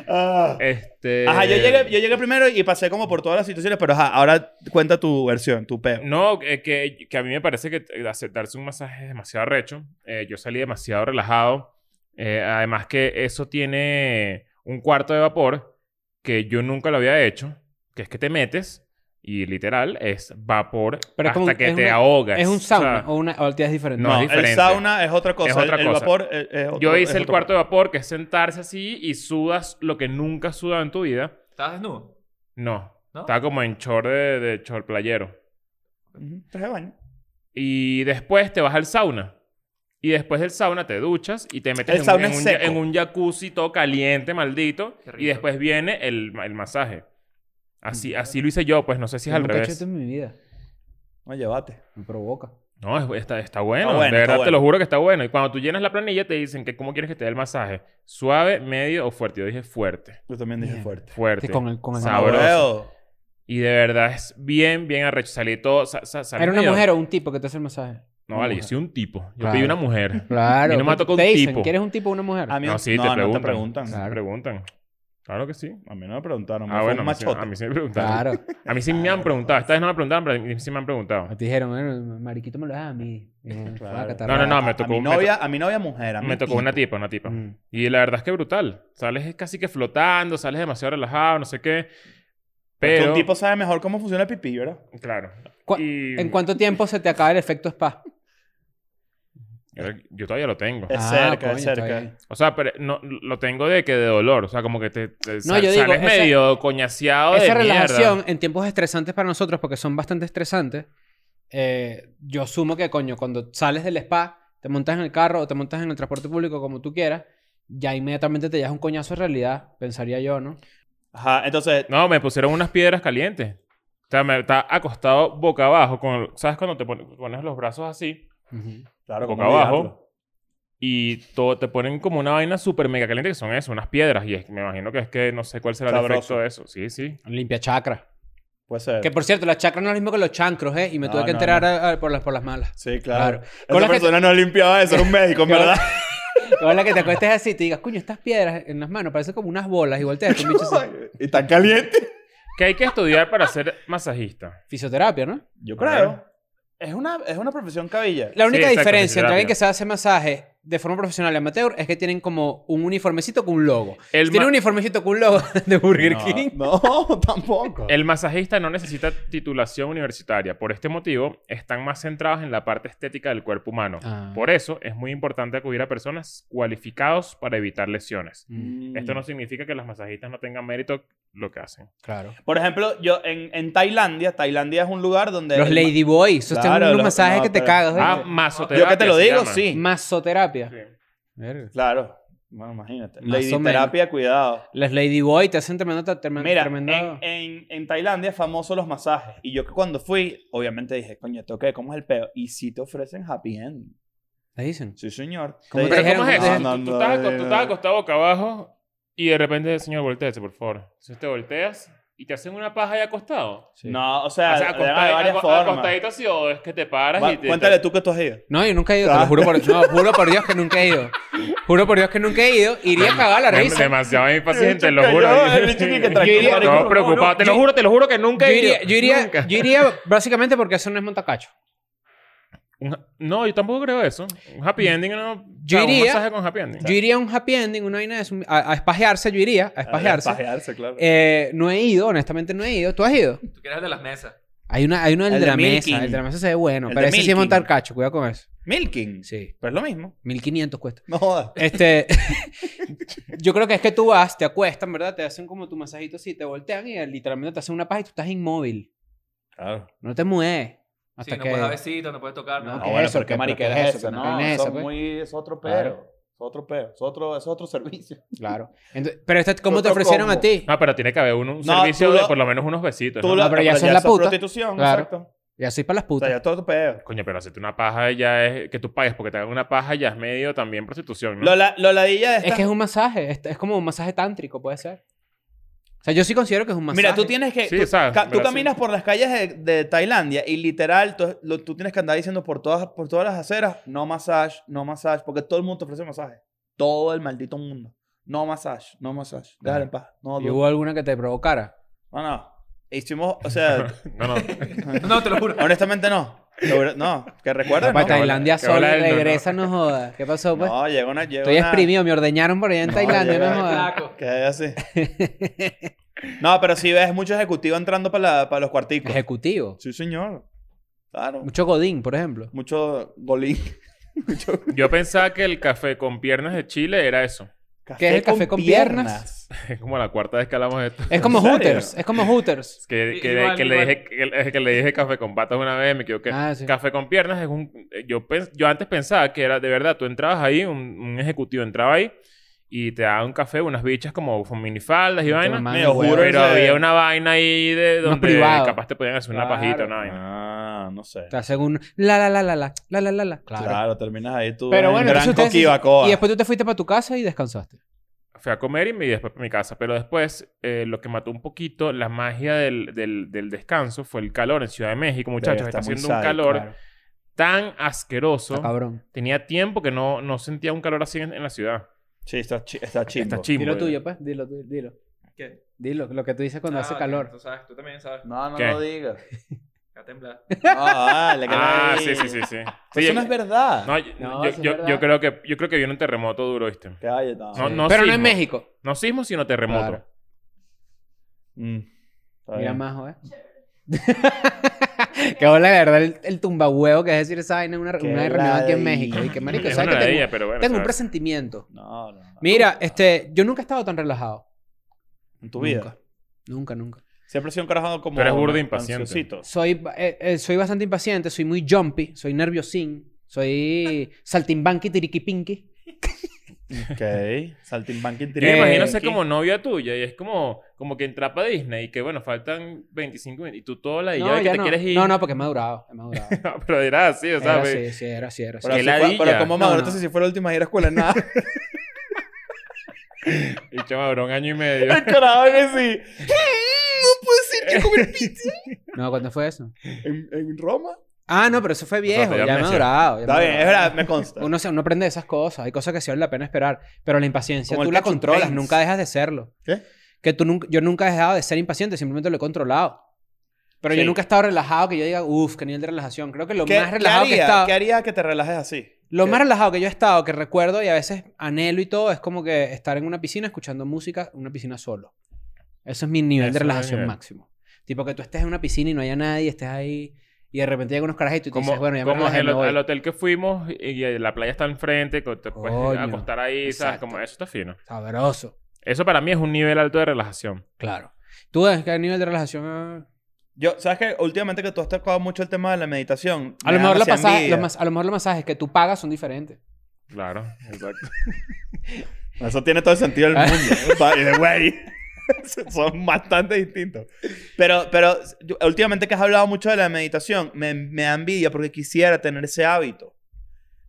Speaker 3: Ah.
Speaker 2: Este...
Speaker 3: Ajá, yo llegué, yo llegué primero y pasé como por todas las situaciones, pero ajá, ahora cuenta tu versión, tu peo.
Speaker 2: No, eh, que, que a mí me parece que eh, hacer- darse un masaje es demasiado recho. Eh, yo salí demasiado relajado. Eh, además que eso tiene un cuarto de vapor que yo nunca lo había hecho. Que es que te metes y literal es vapor
Speaker 4: Pero es
Speaker 2: hasta
Speaker 4: como un-
Speaker 2: que
Speaker 4: es
Speaker 2: te
Speaker 4: una-
Speaker 2: ahogas.
Speaker 4: Es un
Speaker 2: O sea,
Speaker 4: sauna o una o actividad diferente.
Speaker 2: No, es diferente.
Speaker 3: el sauna es otra cosa.
Speaker 2: Es otra
Speaker 3: el, el
Speaker 2: cosa.
Speaker 3: vapor es, es otro-
Speaker 2: yo
Speaker 3: es
Speaker 2: hice el
Speaker 3: otro
Speaker 2: cuarto de vapor que es sentarse así y sudas lo que nunca has sudado en tu vida.
Speaker 6: ¿Estabas Eh, desnudo?
Speaker 2: No.
Speaker 6: ¿No?
Speaker 2: Estaba como en short de, de short playero.
Speaker 3: Ujú, Traje de baño.
Speaker 2: Y después te vas al sauna. Y después del sauna te duchas y te metes
Speaker 3: El
Speaker 2: en,
Speaker 3: sauna
Speaker 2: un,
Speaker 3: es
Speaker 2: en, un, ya-
Speaker 3: seco.
Speaker 2: en un jacuzzi todo caliente, maldito.
Speaker 6: Qué rico.
Speaker 2: Y después viene
Speaker 3: Mm.
Speaker 2: el, el masaje. Así, así lo hice yo, pues no sé si es
Speaker 4: Yo
Speaker 2: al
Speaker 4: nunca he hecho
Speaker 2: revés.
Speaker 4: esto en mi vida.
Speaker 3: No, llévate.
Speaker 4: Me provoca.
Speaker 2: No, es- está, está bueno.
Speaker 3: Está bueno,
Speaker 2: de verdad
Speaker 3: está
Speaker 2: te
Speaker 3: bueno.
Speaker 2: lo juro que está bueno. Y cuando tú llenas la planilla te dicen que cómo quieres que te dé el masaje. Suave, medio o fuerte. Yo dije fuerte.
Speaker 3: Yo también dije
Speaker 4: Mierda.
Speaker 3: fuerte.
Speaker 2: Fuerte.
Speaker 4: Sí, con el- con el-
Speaker 2: sabroso.
Speaker 3: Huevo.
Speaker 2: Y de verdad es bien, bien arrecho. Salí todo. sa- sa- salí
Speaker 4: ¿Era una
Speaker 2: medio-
Speaker 4: mujer o un tipo que te hace el masaje?
Speaker 2: No, vale, yo
Speaker 4: mujer.
Speaker 2: soy un tipo. Yo
Speaker 4: Claro.
Speaker 2: pedí una
Speaker 3: (laughs)
Speaker 2: mujer.
Speaker 4: Claro.
Speaker 2: A mí no me ha
Speaker 4: pero
Speaker 2: tocado
Speaker 4: te
Speaker 2: un
Speaker 4: dicen,
Speaker 2: tipo.
Speaker 4: ¿Quieres un tipo o una mujer?
Speaker 3: A mí
Speaker 2: No, sí,
Speaker 3: no,
Speaker 2: te
Speaker 3: no
Speaker 2: preguntan.
Speaker 3: te preguntan.
Speaker 2: Te
Speaker 4: Claro.
Speaker 2: preguntan. Claro que sí.
Speaker 3: A mí no me preguntaron.
Speaker 2: Ah,
Speaker 3: fue
Speaker 2: bueno,
Speaker 3: un
Speaker 2: a mí sí-
Speaker 3: machote.
Speaker 2: a mí sí me preguntaron.
Speaker 4: Claro.
Speaker 2: A mí sí me han preguntado. Esta vez no me preguntaron, pero a mí sí me han preguntado.
Speaker 4: Te dijeron, "Bueno, mariquito me lo das a
Speaker 2: (laughs)
Speaker 4: mí. Y, eh,
Speaker 3: Claro.
Speaker 4: fue a catar
Speaker 2: No, no,
Speaker 4: la-
Speaker 2: no,
Speaker 3: A-
Speaker 2: me
Speaker 3: a
Speaker 2: tocó
Speaker 3: mi
Speaker 2: un-
Speaker 3: novia, a mi novia mujer. a mí
Speaker 2: Me tocó
Speaker 3: tipo.
Speaker 2: una tipa, una tipa.
Speaker 4: Mm.
Speaker 2: Y la verdad es que brutal. Sales casi que flotando, sales demasiado relajado, no sé qué.
Speaker 3: Porque
Speaker 2: Pero.
Speaker 3: un tipo sabe mejor cómo funciona el pipí, ¿verdad?
Speaker 2: Claro.
Speaker 4: ¿Cu-
Speaker 2: Y-
Speaker 4: ¿En cuánto tiempo se te acaba el efecto spa?
Speaker 2: Yo, yo todavía lo tengo.
Speaker 3: Es
Speaker 4: Ah,
Speaker 3: cerca, es
Speaker 4: coño, está
Speaker 3: cerca.
Speaker 4: bien.
Speaker 2: O sea, pero no, lo tengo de que de dolor. O sea, como que te, te sal-
Speaker 4: yo digo,
Speaker 2: sales
Speaker 4: esa-
Speaker 2: medio coñaseado de
Speaker 4: Esa
Speaker 2: mierda.
Speaker 4: relajación en tiempos estresantes para nosotros, porque son bastante estresantes, eh, yo asumo que, coño, cuando sales del spa, te montas en el carro o te montas en el transporte público, como tú quieras, ya inmediatamente te llevas un coñazo de realidad, pensaría yo, ¿no?
Speaker 3: Ajá, entonces,
Speaker 2: No, me pusieron unas piedras calientes. O sea, me está acostado boca abajo. Con, ¿Sabes cuando te pon- pones los brazos así?
Speaker 3: claro,
Speaker 2: boca
Speaker 3: ¿cómo
Speaker 2: abajo.
Speaker 3: olvidarlo?
Speaker 2: Y todo, te ponen como una vaina súper mega caliente que son eso, unas piedras. Y es- me imagino que es que no sé cuál será el
Speaker 3: Sabroso.
Speaker 2: efecto de eso. Sí, sí.
Speaker 4: Limpia chakra.
Speaker 3: Puede ser.
Speaker 4: Que por cierto, la chakra no es lo mismo que los chancros, ¿eh? Y me
Speaker 3: No,
Speaker 4: tuve que
Speaker 3: no,
Speaker 4: enterar
Speaker 3: no.
Speaker 4: a- a- por, las, por las malas.
Speaker 3: Sí,
Speaker 4: Claro.
Speaker 3: claro.
Speaker 4: Con
Speaker 3: Esa
Speaker 4: la que-
Speaker 3: persona no limpiaba eso, era un (laughs) médico, en
Speaker 4: Con la-
Speaker 3: verdad.
Speaker 4: Igual que te acuestes así y te digas, coño, estas piedras en las manos parecen como unas bolas. Igual te das un bicho
Speaker 3: (laughs)
Speaker 4: así.
Speaker 3: y tan caliente.
Speaker 2: Que hay que estudiar para ser masajista.
Speaker 4: Fisioterapia, ¿no?
Speaker 3: Yo
Speaker 2: creo.
Speaker 3: creo. Es una, es una profesión cabilla.
Speaker 4: La única
Speaker 2: exacto,
Speaker 4: diferencia entre alguien
Speaker 2: fisioterapia.
Speaker 4: que se hace masaje de forma profesional y amateur es que tienen como un uniformecito con un logo.
Speaker 2: El
Speaker 4: Si tiene
Speaker 2: ma-
Speaker 4: un uniformecito con un logo (laughs) de Burger King.
Speaker 3: No, (laughs) no, tampoco.
Speaker 2: El masajista no necesita titulación universitaria. Por este motivo, están más centrados en la parte estética del cuerpo humano.
Speaker 4: Ah.
Speaker 2: Por eso, es muy importante acudir a personas cualificados para evitar lesiones. Mm,
Speaker 3: Mm.
Speaker 2: Esto no significa que las masajistas no tengan mérito lo que hacen.
Speaker 4: Claro.
Speaker 3: Por ejemplo, yo en, en Tailandia, Tailandia es un lugar donde...
Speaker 4: Los
Speaker 3: el-
Speaker 4: Lady Boys. Esos
Speaker 3: Claro,
Speaker 4: tienen unos
Speaker 3: los-
Speaker 4: masajes
Speaker 3: no,
Speaker 4: que te
Speaker 3: pero-
Speaker 4: cagas. ¿eh?
Speaker 2: Ah,
Speaker 3: Yo
Speaker 2: masoterapia.
Speaker 3: que te lo
Speaker 2: se
Speaker 3: digo,
Speaker 2: llama.
Speaker 3: sí.
Speaker 4: Masoterapia.
Speaker 2: Sí.
Speaker 4: Verga.
Speaker 3: Claro. Bueno, imagínate.
Speaker 4: Más
Speaker 3: Lady
Speaker 4: o menos.
Speaker 3: terapia, cuidado.
Speaker 4: Las Lady Boy te hacen tremendo... tremendo-
Speaker 3: Mira, en,
Speaker 4: tremendo-
Speaker 3: en, en Tailandia es famoso los masajes. Y yo que cuando fui, obviamente dije, coño, tengo que ver cómo es el peo. Y si te ofrecen happy end.
Speaker 4: Te dicen.
Speaker 3: Sí, señor.
Speaker 4: ¿Cómo
Speaker 3: Te
Speaker 4: te
Speaker 2: Pero
Speaker 3: dicen-
Speaker 4: dijeron?
Speaker 2: ¿cómo es
Speaker 4: ¿Cómo
Speaker 2: eso?
Speaker 4: te
Speaker 3: No,
Speaker 2: Tú-
Speaker 3: no,
Speaker 2: tú, estás,
Speaker 3: no,
Speaker 2: aco-
Speaker 3: no,
Speaker 2: tú estás
Speaker 3: no.
Speaker 2: acostado boca abajo y de repente, señor, volteese, por favor. Si te volteas y te hacen una paja ahí acostado.
Speaker 4: Sí.
Speaker 3: No, o
Speaker 2: O sea,
Speaker 3: sea, le dan de
Speaker 2: acostado-
Speaker 3: varias
Speaker 2: aco-
Speaker 3: formas.
Speaker 2: acostadito así o es que te paras y
Speaker 3: Va,
Speaker 2: te...
Speaker 3: Cuéntale tú que tú has ido.
Speaker 4: No, yo nunca he ido. Te lo juro por, no, juro por Dios que nunca he ido. Juro por Dios que nunca he ido. Iría a cagar la
Speaker 2: Dem-
Speaker 4: risa.
Speaker 2: Demasiado impaciente,
Speaker 3: El
Speaker 2: lo
Speaker 3: bicho
Speaker 2: juro.
Speaker 3: cayó, el
Speaker 2: (laughs)
Speaker 3: bicho que- que tranquilo,
Speaker 4: Yo iría-
Speaker 2: No,
Speaker 3: marico.
Speaker 2: preocupado. Te lo
Speaker 4: Yo-
Speaker 2: juro, te lo juro que
Speaker 4: Yo
Speaker 2: nunca he ido.
Speaker 4: iría, yo, iría,
Speaker 2: Nunca.
Speaker 4: yo iría básicamente porque eso no es montacacho.
Speaker 2: Un- No, yo tampoco creo eso. Un happy ending no...
Speaker 4: Yo
Speaker 2: o sea,
Speaker 4: iría-
Speaker 2: Un masaje con happy ending.
Speaker 4: Yo iría a un happy ending, una vaina de eso, a, a espajearse, yo iría a espajearse.
Speaker 3: Espajearse, claro.
Speaker 4: Eh, no he ido, honestamente no he ido. ¿Tú has ido?
Speaker 6: Tú quieres el de las mesas.
Speaker 4: Hay una, hay uno del
Speaker 3: El
Speaker 4: de
Speaker 3: de
Speaker 4: la mesa,
Speaker 3: Milking.
Speaker 4: el de la mesa se ve bueno,
Speaker 3: El
Speaker 4: pero
Speaker 3: de
Speaker 4: ese sí es
Speaker 3: Milking.
Speaker 4: montar cacho, cuidado con eso.
Speaker 3: Milking.
Speaker 4: Sí,
Speaker 3: Pues lo mismo.
Speaker 4: 1500 cuesta.
Speaker 3: No jodas.
Speaker 4: Este, (laughs) yo creo que es que tú vas, te acuestan, ¿verdad? Te hacen como tu masajito así, te voltean y literalmente te hacen una paja y tú estás inmóvil.
Speaker 3: Claro.
Speaker 4: No te mueves. Hasta
Speaker 6: Sí, no
Speaker 4: que...
Speaker 6: puedes dar besitos, no puedes tocar.
Speaker 4: No,
Speaker 6: nada.
Speaker 4: ok.
Speaker 3: No,
Speaker 4: ¿Qué
Speaker 3: bueno,
Speaker 4: es eso?
Speaker 3: pero
Speaker 4: ¿Qué-
Speaker 3: qué marica
Speaker 4: pero qué
Speaker 3: es
Speaker 4: es
Speaker 3: eso,
Speaker 4: eso?
Speaker 3: no,
Speaker 4: ¿Qué es
Speaker 3: eso
Speaker 4: eso, pues?
Speaker 3: muy, es otro
Speaker 4: Claro.
Speaker 3: peo, es otro peo, es otro, es otro servicio.
Speaker 4: Claro. Entonces, pero esta, ¿cómo te
Speaker 3: Otro
Speaker 4: ofrecieron a
Speaker 3: combo.
Speaker 4: ti?
Speaker 2: No, Ah, pero tiene que haber uno, un
Speaker 3: No,
Speaker 2: servicio
Speaker 3: tú lo-
Speaker 2: de por lo menos unos besitos. ¿no?
Speaker 3: lo-
Speaker 4: no, pero ya eso es la
Speaker 3: eso
Speaker 4: puta.
Speaker 3: prostitución,
Speaker 4: Claro.
Speaker 3: exacto.
Speaker 4: Ya soy para las
Speaker 3: O sea,
Speaker 4: putas.
Speaker 3: ya es todo peo.
Speaker 2: Coño, pero hacerte una paja ya es... Que tú pagues porque te hagan una paja ya es medio también prostitución, ¿no?
Speaker 3: Lo, la, lo ladilla de esta...
Speaker 4: Es (laughs) que es un masaje, es, es como un masaje tántrico, puede ser. O sea, yo sí considero que es un masaje.
Speaker 3: Mira, tú tienes que...
Speaker 2: Sí,
Speaker 3: tú,
Speaker 2: sabes,
Speaker 3: ca- tú
Speaker 2: ¿verdad?
Speaker 3: caminas por las calles de, de Tailandia y literal tú, lo- tú tienes que andar diciendo por todas, por todas las aceras, no masaje, no masaje, porque todo el mundo te ofrece masaje. Todo el maldito mundo. No masaje, no masaje. Déjale en paz. No,
Speaker 4: ¿Y
Speaker 3: no,
Speaker 4: hubo alguna que te provocara?
Speaker 3: no. no. Hicimos, o sea,
Speaker 2: (laughs) No, no.
Speaker 6: No, te lo
Speaker 4: (laughs)
Speaker 6: juro.
Speaker 3: honestamente no. Lo- No, que recuerda,
Speaker 4: Para
Speaker 3: Ah, no.
Speaker 4: Tailandia
Speaker 2: que habla
Speaker 4: sola y
Speaker 2: él, no, no.
Speaker 4: regresa, no, jodas. ¿Qué pasó, pues?
Speaker 3: No, llegó una... llegó
Speaker 4: Estoy
Speaker 3: una-
Speaker 4: exprimido, me ordeñaron por allá en
Speaker 3: No,
Speaker 4: Tailandia,
Speaker 3: llega-
Speaker 4: no jodas.
Speaker 6: Flaco.
Speaker 3: Que
Speaker 4: (laughs)
Speaker 3: es así. no, pero sí ves mucho ejecutivo entrando para los cuarticos.
Speaker 4: Ejecutivo.
Speaker 3: Sí, señor. Claro.
Speaker 4: Mucho Godín, por ejemplo.
Speaker 3: Mucho golín. Mucho
Speaker 2: Yo pensaba que el café con piernas de Chile era eso.
Speaker 3: café
Speaker 4: ¿Qué es el café con piernas?
Speaker 2: Es como la cuarta vez que hablamos de esto.
Speaker 4: Es como
Speaker 3: ¿En serio?
Speaker 4: Hooters, es como Hooters.
Speaker 2: Es que,
Speaker 6: I-
Speaker 2: que,
Speaker 6: igual,
Speaker 2: que le
Speaker 6: igual.
Speaker 2: dije, que, le- que le dije café con patas una vez, me equivoqué.
Speaker 4: Ah, sí.
Speaker 2: Café con piernas es un... eh, Yo, pens- yo antes pensaba que era de verdad, tú entrabas ahí, un, un ejecutivo entraba ahí y te daban un café, unas bichas como con minifaldas y
Speaker 4: Te
Speaker 2: vaina.
Speaker 4: maman
Speaker 3: Me
Speaker 4: los
Speaker 3: juro.
Speaker 4: huevos.
Speaker 2: Ah, Pero
Speaker 3: ese-
Speaker 2: había una vaina ahí de
Speaker 4: Más
Speaker 2: donde
Speaker 4: privado.
Speaker 2: capaz te podían hacer una
Speaker 4: Claro.
Speaker 2: pajita, una vaina.
Speaker 3: Ah, No, no sé.
Speaker 4: Te hacen un la la la la la la la la la.
Speaker 3: Claro. terminas ahí tú.
Speaker 4: Pero bueno,
Speaker 3: gran
Speaker 4: entonces ustedes
Speaker 3: coqui
Speaker 4: se-
Speaker 3: bacoa.
Speaker 4: y después tú te fuiste para tu casa y descansaste.
Speaker 2: Fui a comer y me después para mi casa. Pero después, eh, lo que mató un poquito la magia del, del- del descanso fue el calor en Ciudad de México, muchachos. Está,
Speaker 3: Verga, está muy
Speaker 2: haciendo un
Speaker 3: sádico,
Speaker 2: calor
Speaker 3: claro.
Speaker 2: tan asqueroso.
Speaker 4: Está Ah, cabrón.
Speaker 2: Tenía tiempo que no, no sentía un calor así en, en la ciudad.
Speaker 3: Sí, está, chi- está chimbo.
Speaker 2: Está chimbo. eh.
Speaker 4: Dilo tuyo, pues. Dilo, tú- dilo.
Speaker 6: ¿Qué?
Speaker 4: Dilo, lo que tú dices cuando
Speaker 6: Ah,
Speaker 4: hace
Speaker 6: ok,
Speaker 4: calor.
Speaker 6: Tú sabes, tú también sabes.
Speaker 3: No, no
Speaker 2: ¿Qué?
Speaker 3: lo digas.
Speaker 6: Ya temblar.
Speaker 3: (laughs) No,
Speaker 4: pues,
Speaker 3: dale, que
Speaker 2: Ah,
Speaker 3: no
Speaker 2: sí,
Speaker 3: digas.
Speaker 2: sí, sí, sí.
Speaker 3: Pues
Speaker 2: Sí, eh,
Speaker 3: eso no es verdad.
Speaker 2: no, yo-
Speaker 4: No,
Speaker 2: yo,
Speaker 4: eso es
Speaker 2: yo-
Speaker 4: verdad.
Speaker 2: yo creo que, yo creo que viene un terremoto duro, ¿viste?
Speaker 3: Cállate, no.
Speaker 2: No, no
Speaker 4: Pero no
Speaker 2: sismo.
Speaker 4: en México.
Speaker 2: No sismo, sino terremoto.
Speaker 4: Claro.
Speaker 3: Mm, está
Speaker 4: Mira
Speaker 3: bien.
Speaker 4: majo, ¿eh? (laughs) que hola, la verdad, el, el tumbahuevo que es decir esa vaina en una,
Speaker 3: Qué
Speaker 4: una reunión aquí en
Speaker 3: ladilla.
Speaker 4: México. Y que marico,
Speaker 2: Es
Speaker 4: ¿sabes
Speaker 2: una
Speaker 4: que tengo,
Speaker 2: ladilla, pero bueno.
Speaker 4: tengo un
Speaker 2: ¿sabes?
Speaker 4: presentimiento.
Speaker 3: No, no, no.
Speaker 4: Mira,
Speaker 3: No.
Speaker 4: este, yo nunca he estado tan relajado.
Speaker 3: En tu vida.
Speaker 4: Nunca. Nunca, nunca.
Speaker 3: Siempre he sido un carajado como.
Speaker 2: Pero eres burda impaciente.
Speaker 3: ansiosito.
Speaker 4: Soy, eh, eh, soy bastante impaciente, soy muy jumpy, soy nerviosín, soy saltimbanqui, tiriquipinqui.
Speaker 3: Ok. Saltimbanqui en
Speaker 2: Yo
Speaker 3: trinque.
Speaker 2: me imagino
Speaker 4: Eh,
Speaker 2: ser como novia tuya y es como, como que entra para Disney y que bueno, faltan 25 minutos y tú toda la y ya de que
Speaker 4: ya
Speaker 2: te
Speaker 4: no.
Speaker 2: quieres ir.
Speaker 4: No, no, porque he madurado, he madurado.
Speaker 2: (laughs) pero dirás así, o sea,
Speaker 4: Era
Speaker 2: ve-
Speaker 4: así, sí, era así, era así.
Speaker 3: Pero,
Speaker 2: Qué
Speaker 3: así fue-
Speaker 2: ladilla.
Speaker 3: pero como
Speaker 4: No,
Speaker 3: maduro,
Speaker 4: no.
Speaker 3: entonces si fuera la última gira
Speaker 2: (laughs)
Speaker 3: a escuela, nada.
Speaker 2: y chama, duró un año
Speaker 4: (laughs)
Speaker 2: y medio.
Speaker 3: El carajo que sí. (laughs) No puede ser
Speaker 2: (laughs)
Speaker 3: que comer pizza.
Speaker 4: No, ¿cuándo fue eso?
Speaker 3: ¿En, en Roma?
Speaker 4: Ah, no, pero eso fue viejo,
Speaker 2: te
Speaker 4: ya
Speaker 2: dio
Speaker 4: he
Speaker 2: amnesia.
Speaker 4: madurado. ya he
Speaker 3: Está bien,
Speaker 4: madurado.
Speaker 3: es verdad, me consta.
Speaker 4: Eh, (laughs) Uno, se- uno aprende de esas cosas. Hay cosas que sí vale la pena esperar. Pero la impaciencia
Speaker 3: Como el
Speaker 4: tú la
Speaker 3: ketchup
Speaker 4: controlas.
Speaker 3: pains.
Speaker 4: Nunca dejas de serlo.
Speaker 3: ¿Qué?
Speaker 4: Que tú nunca, yo nunca he dejado de ser impaciente. Simplemente lo he controlado. Pero yo
Speaker 3: Sí.
Speaker 4: nunca he estado relajado que yo diga, uff, qué nivel de relajación. Creo que lo
Speaker 3: ¿Qué,
Speaker 4: más
Speaker 3: qué
Speaker 4: relajado que he
Speaker 3: haría-
Speaker 4: estado...
Speaker 3: ¿Qué haría que te relajes así?
Speaker 4: Lo
Speaker 3: ¿Qué?
Speaker 4: más relajado que yo he estado, que recuerdo y a veces anhelo y todo, es como que estar en una piscina escuchando música, una piscina solo. Eso es mi nivel
Speaker 2: Eso
Speaker 4: de
Speaker 2: es el
Speaker 4: relajación
Speaker 2: nivel.
Speaker 4: máximo. Tipo que tú estés en una piscina y no haya nadie, estés ahí y de repente llegan unos carajitos y tú
Speaker 2: Como,
Speaker 4: dices, bueno, ya me
Speaker 2: como
Speaker 4: relajé,
Speaker 2: el,
Speaker 4: me voy.
Speaker 2: al hotel que fuimos y, y la playa está enfrente, co- te puedes
Speaker 4: Coño,
Speaker 2: acostar ahí, ¿sabes?
Speaker 4: exacto.
Speaker 2: Como, eso está fino.
Speaker 4: Sabroso.
Speaker 2: Eso para mí es un nivel alto de relajación.
Speaker 4: Claro. ¿Tú ves qué nivel de relajación? ah?
Speaker 3: Yo, ¿sabes qué? Últimamente que tú has tocado mucho el tema de la meditación.
Speaker 4: A lo,
Speaker 3: me da
Speaker 4: mejor los
Speaker 3: demasiada
Speaker 4: pasajes,
Speaker 3: envidia.
Speaker 4: los mas- a lo mejor los masajes que tú pagas son diferentes.
Speaker 2: Claro, exacto.
Speaker 3: Eso tiene todo el
Speaker 4: (laughs)
Speaker 3: sentido del mundo. Pa- y de güey. (laughs) Son bastante distintos. Pero, pero yo- últimamente que has hablado mucho de la meditación, me, me da envidia porque quisiera tener ese hábito.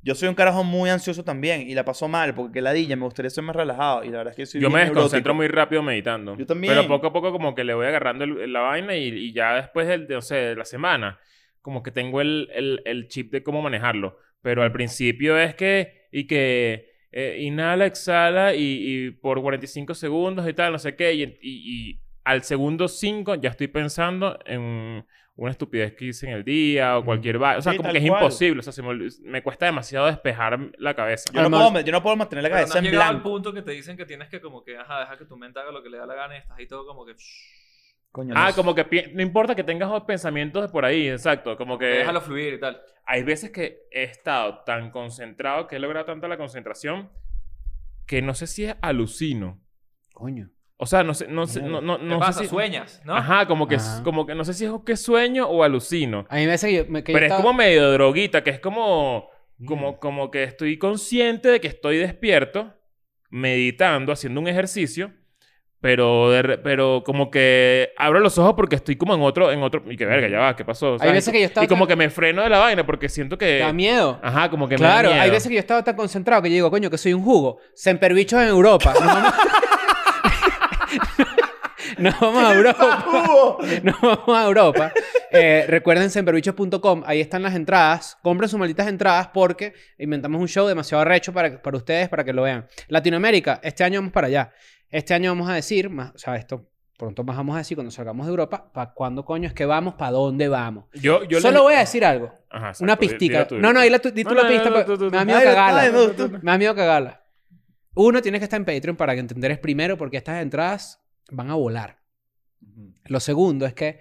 Speaker 3: Yo soy un carajo muy ansioso también y la paso mal porque qué ladilla, me gustaría ser más relajado y la verdad es que soy
Speaker 2: Yo
Speaker 3: bien
Speaker 2: me desconcentro
Speaker 3: neurótico.
Speaker 2: muy rápido meditando.
Speaker 3: Yo también.
Speaker 2: Pero poco a poco como que le voy agarrando el- la vaina y, y ya después del- de, o sea, de la semana, como que tengo el, el- el chip de cómo manejarlo. Pero al principio es que, y que eh, inhala, exhala y, y por 45 segundos y tal, no sé qué. Y, y- y al segundo 5 ya estoy pensando en una estupidez que hice en el día o cualquier vaina. O sea,
Speaker 3: Sí,
Speaker 2: como
Speaker 3: tal
Speaker 2: que es
Speaker 3: cual.
Speaker 2: imposible. O sea, se me, ol- me cuesta demasiado despejar la cabeza.
Speaker 3: Yo no,
Speaker 4: Además-
Speaker 3: puedo, me- yo no puedo mantener la
Speaker 6: Pero
Speaker 3: cabeza
Speaker 6: no has
Speaker 3: en
Speaker 6: llegado al
Speaker 3: blanco.
Speaker 6: punto que te dicen que tienes que como que, ajá, deja que tu mente haga lo que le da la gana y estás ahí todo como que...
Speaker 4: Eh,
Speaker 6: shh,
Speaker 3: Coño,
Speaker 2: Ah,
Speaker 3: no.
Speaker 2: como que pi- no importa que tengas dos pensamientos por ahí, exacto. Como que
Speaker 6: Déjalo fluir y tal.
Speaker 2: hay veces que he estado tan concentrado que he logrado tanta la concentración que no sé si es alucino.
Speaker 4: Coño.
Speaker 2: O sea, no sé, no sé, no, no,
Speaker 6: ¿Qué
Speaker 2: no
Speaker 6: pasa?
Speaker 2: sé si.
Speaker 6: Sueñas, ¿no?
Speaker 2: Ajá, como que,
Speaker 4: Ajá.
Speaker 2: como que no sé si es que sueño o alucino.
Speaker 4: A mí me hace que yo... me- que yo
Speaker 2: Pero es
Speaker 4: estaba-
Speaker 2: como medio droguita, que es como,
Speaker 3: Mm.
Speaker 2: como, como que estoy consciente de que estoy despierto, meditando, haciendo un ejercicio, pero, de re- pero como que abro los ojos porque estoy como en otro, en otro, y que verga, ya va, ¿qué pasó? O sea,
Speaker 4: Hay veces
Speaker 2: y,
Speaker 4: que yo estaba...
Speaker 2: y como
Speaker 4: tan-
Speaker 2: que me freno de la vaina porque siento que...
Speaker 4: Da miedo.
Speaker 2: Ajá, como que
Speaker 4: claro,
Speaker 2: me da miedo.
Speaker 4: hay veces que yo estaba tan concentrado que yo digo, coño, que soy un jugo. Semperbichos en Europa. (laughs) Nos vamos, Nos vamos a Europa. (laughs) Nos vamos a Europa. Eh, recuerden semperbichos.com. Ahí están las entradas. Compren sus malditas entradas porque inventamos un show demasiado arrecho para, para ustedes, para que lo vean. Latinoamérica, este año vamos para allá. Este año vamos a decir, más, o sea, esto pronto más vamos a decir cuando salgamos de Europa, ¿para cuándo coño es que vamos? ¿Para dónde vamos?
Speaker 2: Yo, yo
Speaker 4: Solo
Speaker 2: les-
Speaker 4: voy a decir algo.
Speaker 2: Ajá, exacto,
Speaker 4: Una
Speaker 2: di- dilo
Speaker 4: pistica.
Speaker 2: tú,
Speaker 4: No,
Speaker 2: dilo
Speaker 4: no,
Speaker 2: tú.
Speaker 4: ahí la, tu- di tú
Speaker 2: No,
Speaker 4: la
Speaker 2: no,
Speaker 4: pista.
Speaker 2: no,
Speaker 4: pero
Speaker 2: tú, tú,
Speaker 4: me da
Speaker 2: tú.
Speaker 4: miedo
Speaker 3: Ay, no,
Speaker 4: cagarla.
Speaker 3: ay, no, tú, tú.
Speaker 4: Me da miedo cagarla. Uno, tienes que estar en Patreon para que entender es primero, porque estas entradas van a volar. Lo segundo es que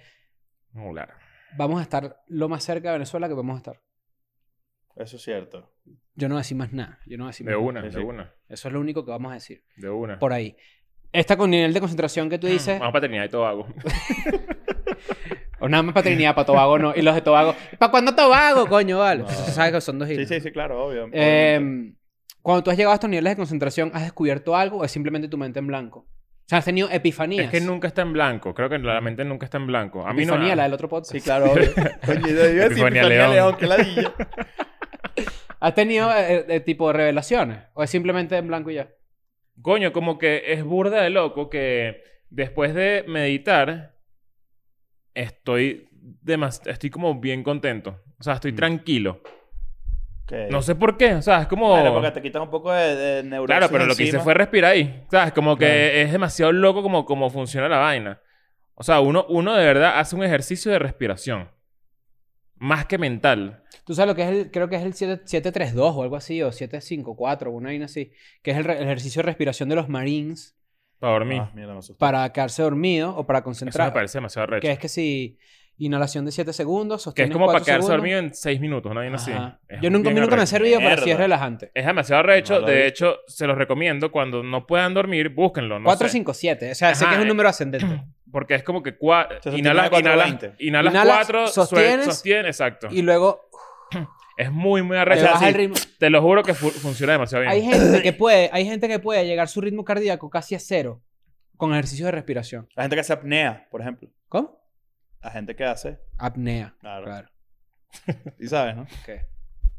Speaker 2: Molar.
Speaker 4: vamos a estar lo más cerca de Venezuela que podemos estar.
Speaker 3: Eso es cierto.
Speaker 4: Yo no voy a decir más nada. Yo no voy a decir
Speaker 2: De
Speaker 4: más
Speaker 2: una,
Speaker 3: Sí,
Speaker 2: de
Speaker 3: sí.
Speaker 2: una,
Speaker 4: nada. Eso es lo único que vamos a decir.
Speaker 2: de una.
Speaker 4: Por ahí. Esta con nivel de concentración que
Speaker 2: Ah.
Speaker 4: tú dices,
Speaker 2: Vamos para Trinidad y Tobago.
Speaker 4: o nada más para Trinidad, para Tobago no. Y los de Tobago, ¿para cuándo Tobago, coño? Vale.
Speaker 3: No.
Speaker 4: Eso se sabe que son dos
Speaker 3: Sí,
Speaker 4: islas.
Speaker 3: sí, sí, claro, obvio.
Speaker 4: Eh,
Speaker 3: obviamente.
Speaker 2: Em,
Speaker 4: cuando tú has llegado a estos niveles de concentración, ¿has descubierto algo o es simplemente tu mente en blanco? sea, has tenido epifanías.
Speaker 2: Es que nunca está en blanco. Creo que la mente nunca está en blanco. A mí no.
Speaker 4: Epifanía, la del otro podcast.
Speaker 3: Sí,
Speaker 2: (laughs)
Speaker 3: claro, obvio. Coño, yo iba a decir
Speaker 2: Epifanía
Speaker 3: Epifanía León,
Speaker 2: León. (laughs)
Speaker 3: qué ladilla.
Speaker 4: (laughs) ¿Has tenido eh, eh, tipo revelaciones? ¿O es simplemente en blanco y ya?
Speaker 2: Coño, como que es burda de loco que después de meditar estoy demas- estoy como bien contento. O sea,
Speaker 4: Mm.
Speaker 2: estoy tranquilo.
Speaker 3: Ok.
Speaker 2: No sé por qué. O sea, es como...
Speaker 3: Bueno, porque te quitas un poco de, de neurosis
Speaker 2: Claro, pero lo que hice
Speaker 3: encima.
Speaker 2: fue respirar ahí. ¿Sabes? Como que es demasiado loco como, como funciona la vaina. O sea, uno, uno de verdad hace un ejercicio de respiración. Más que mental.
Speaker 4: Tú sabes lo que es el, creo que es el 7- 732 o algo así, o 754, una vaina así, que es el, re- el ejercicio de respiración de los Marines
Speaker 2: Para dormir.
Speaker 3: Ah, mira, me asustó.
Speaker 4: para quedarse dormido o para
Speaker 2: Eso me
Speaker 4: concentrar.
Speaker 2: parece demasiado recho.
Speaker 4: Que es
Speaker 2: Que,
Speaker 4: que si inhalación de 7 segundos,
Speaker 2: es
Speaker 4: sostienes
Speaker 2: como para
Speaker 4: 4
Speaker 2: quedarse
Speaker 4: segundos.
Speaker 2: dormido en seis minutos, una vaina así.
Speaker 4: Ajá.
Speaker 2: Es
Speaker 4: Yo nunca, a
Speaker 2: bien
Speaker 4: mí nunca me
Speaker 2: arrecho.
Speaker 4: he servido, pero sí es
Speaker 3: Mierda.
Speaker 4: relajante.
Speaker 2: Es demasiado recho.
Speaker 3: No lo
Speaker 2: de
Speaker 3: vi.
Speaker 2: hecho, se los recomiendo. Cuando no puedan dormir, búsquenlo. No
Speaker 4: 4,
Speaker 2: sé.
Speaker 4: 5, 7. O sea, sé
Speaker 2: Ajá,
Speaker 4: que es un
Speaker 2: eh.
Speaker 4: número
Speaker 2: (clears throat)
Speaker 4: ascendente.
Speaker 2: Porque es como que cua-
Speaker 3: Se sostiene
Speaker 2: inhalas,
Speaker 3: de cuatro a
Speaker 2: inhalas,
Speaker 3: veinte.
Speaker 2: inhalas
Speaker 4: Inhalas,
Speaker 2: cuatro, sostienes,
Speaker 4: sostienes,
Speaker 2: exacto.
Speaker 4: Y luego
Speaker 2: Es muy, muy
Speaker 4: le
Speaker 2: arrecho.
Speaker 4: baja el
Speaker 2: Sí,
Speaker 4: ritmo.
Speaker 2: Te lo juro que fu- funciona demasiado bien.
Speaker 4: Hay gente
Speaker 2: (clears throat)
Speaker 4: que puede, hay gente que puede llegar su ritmo cardíaco casi a cero con ejercicio de respiración.
Speaker 3: La gente que hace apnea, por ejemplo.
Speaker 4: ¿Cómo?
Speaker 3: La gente que hace.
Speaker 4: Apnea.
Speaker 3: Claro.
Speaker 4: Claro.
Speaker 3: Y sabes, ¿no?
Speaker 4: ¿Qué?